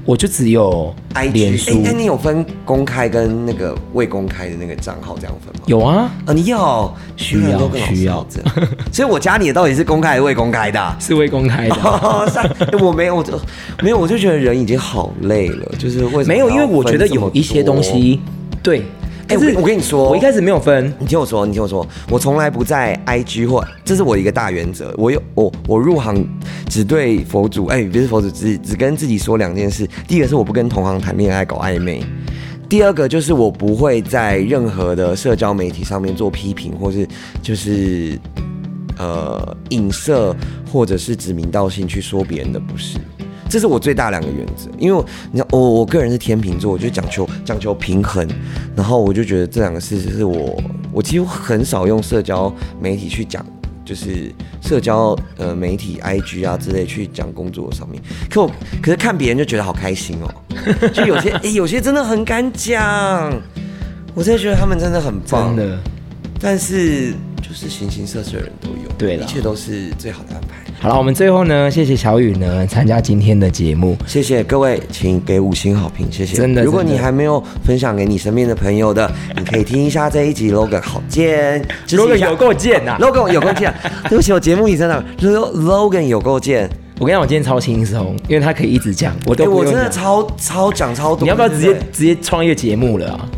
我就只有
IG，
脸
哎
书
那、你有分公开跟那个未公开的那个账号这样分吗？
有啊，
啊，你要
需要需要
这样， 所以我家里的到底是公开还是未公开的啊、
是未公开的。
哦上我没有，我就没有，我就觉得人已经好累了，就是为什么
没有，
要
因为我觉得
分这么
有一些东西，对。
哎
但是
我我跟你说
我一开始没有分，
多。你听我说，你听我说，我从来不在 IG 或这是我一个大原则。我有我我入行只对佛祖，哎、不是佛祖，只只跟自己说两件事。第一个是我不跟同行谈恋爱搞暧昧，第二个就是我不会在任何的社交媒体上面做批评，或是就是呃影射或者是指名道姓去说别人的不是，这是我最大两个原则。因为我你知道，我我个人是天秤座，我就讲求讲求平衡，然后我就觉得这两个事是我我几乎很少用社交媒体去讲。就是社交呃媒体 IG 啊之类去讲工作上面，可我可是看别人就觉得好开心哦，就有些、诶有些真的很敢讲，我真的觉得他们真的很棒，
真的
但是就是形形色色的人都有，
对啦
一切都是最好的安排。
好了，我们最后呢，谢谢小雨呢参加今天的节目，
谢谢各位，请给五星好评，谢谢。
真的
如果
真的
你还没有分享给你身边的朋友的，你可以听一下这一集 Logan 好贱支持一
Logan
下
有够贱啊呐
Logan 有够贱， 对不起，我节目名称呢 Logan 有够贱，
我跟你讲，我今天超轻松，因为他可以一直讲，我都
哎
不
我
用
真的
讲
超超讲超多，
你要不要直
对
接
对
直接创业节目了啊？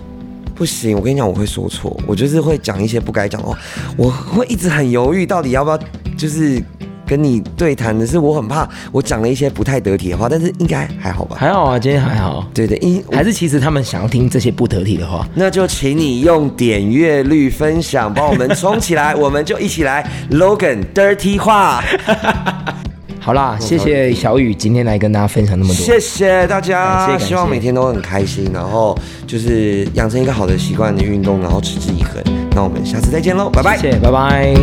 不行，我跟你讲，我会说错，我就是会讲一些不该讲的话，我会一直很犹豫，到底要不要就是跟你对谈的是，我很怕我讲了一些不太得体的话，但是应该还好吧？
还好啊，今天还好，
对对，因
还是其实他们想要听这些不得体的话。
那就请你用点阅率分享，帮我们冲起来，我们就一起来 Logan dirty 话，
好啦，谢谢小雨今天来跟大家分享那么多。
谢谢大
感
家，
谢感谢
希望每天都很开心，然后就是养成一个好的习惯的运动，然后持之以恒。那我们下次再见喽，拜拜。
谢谢，拜拜。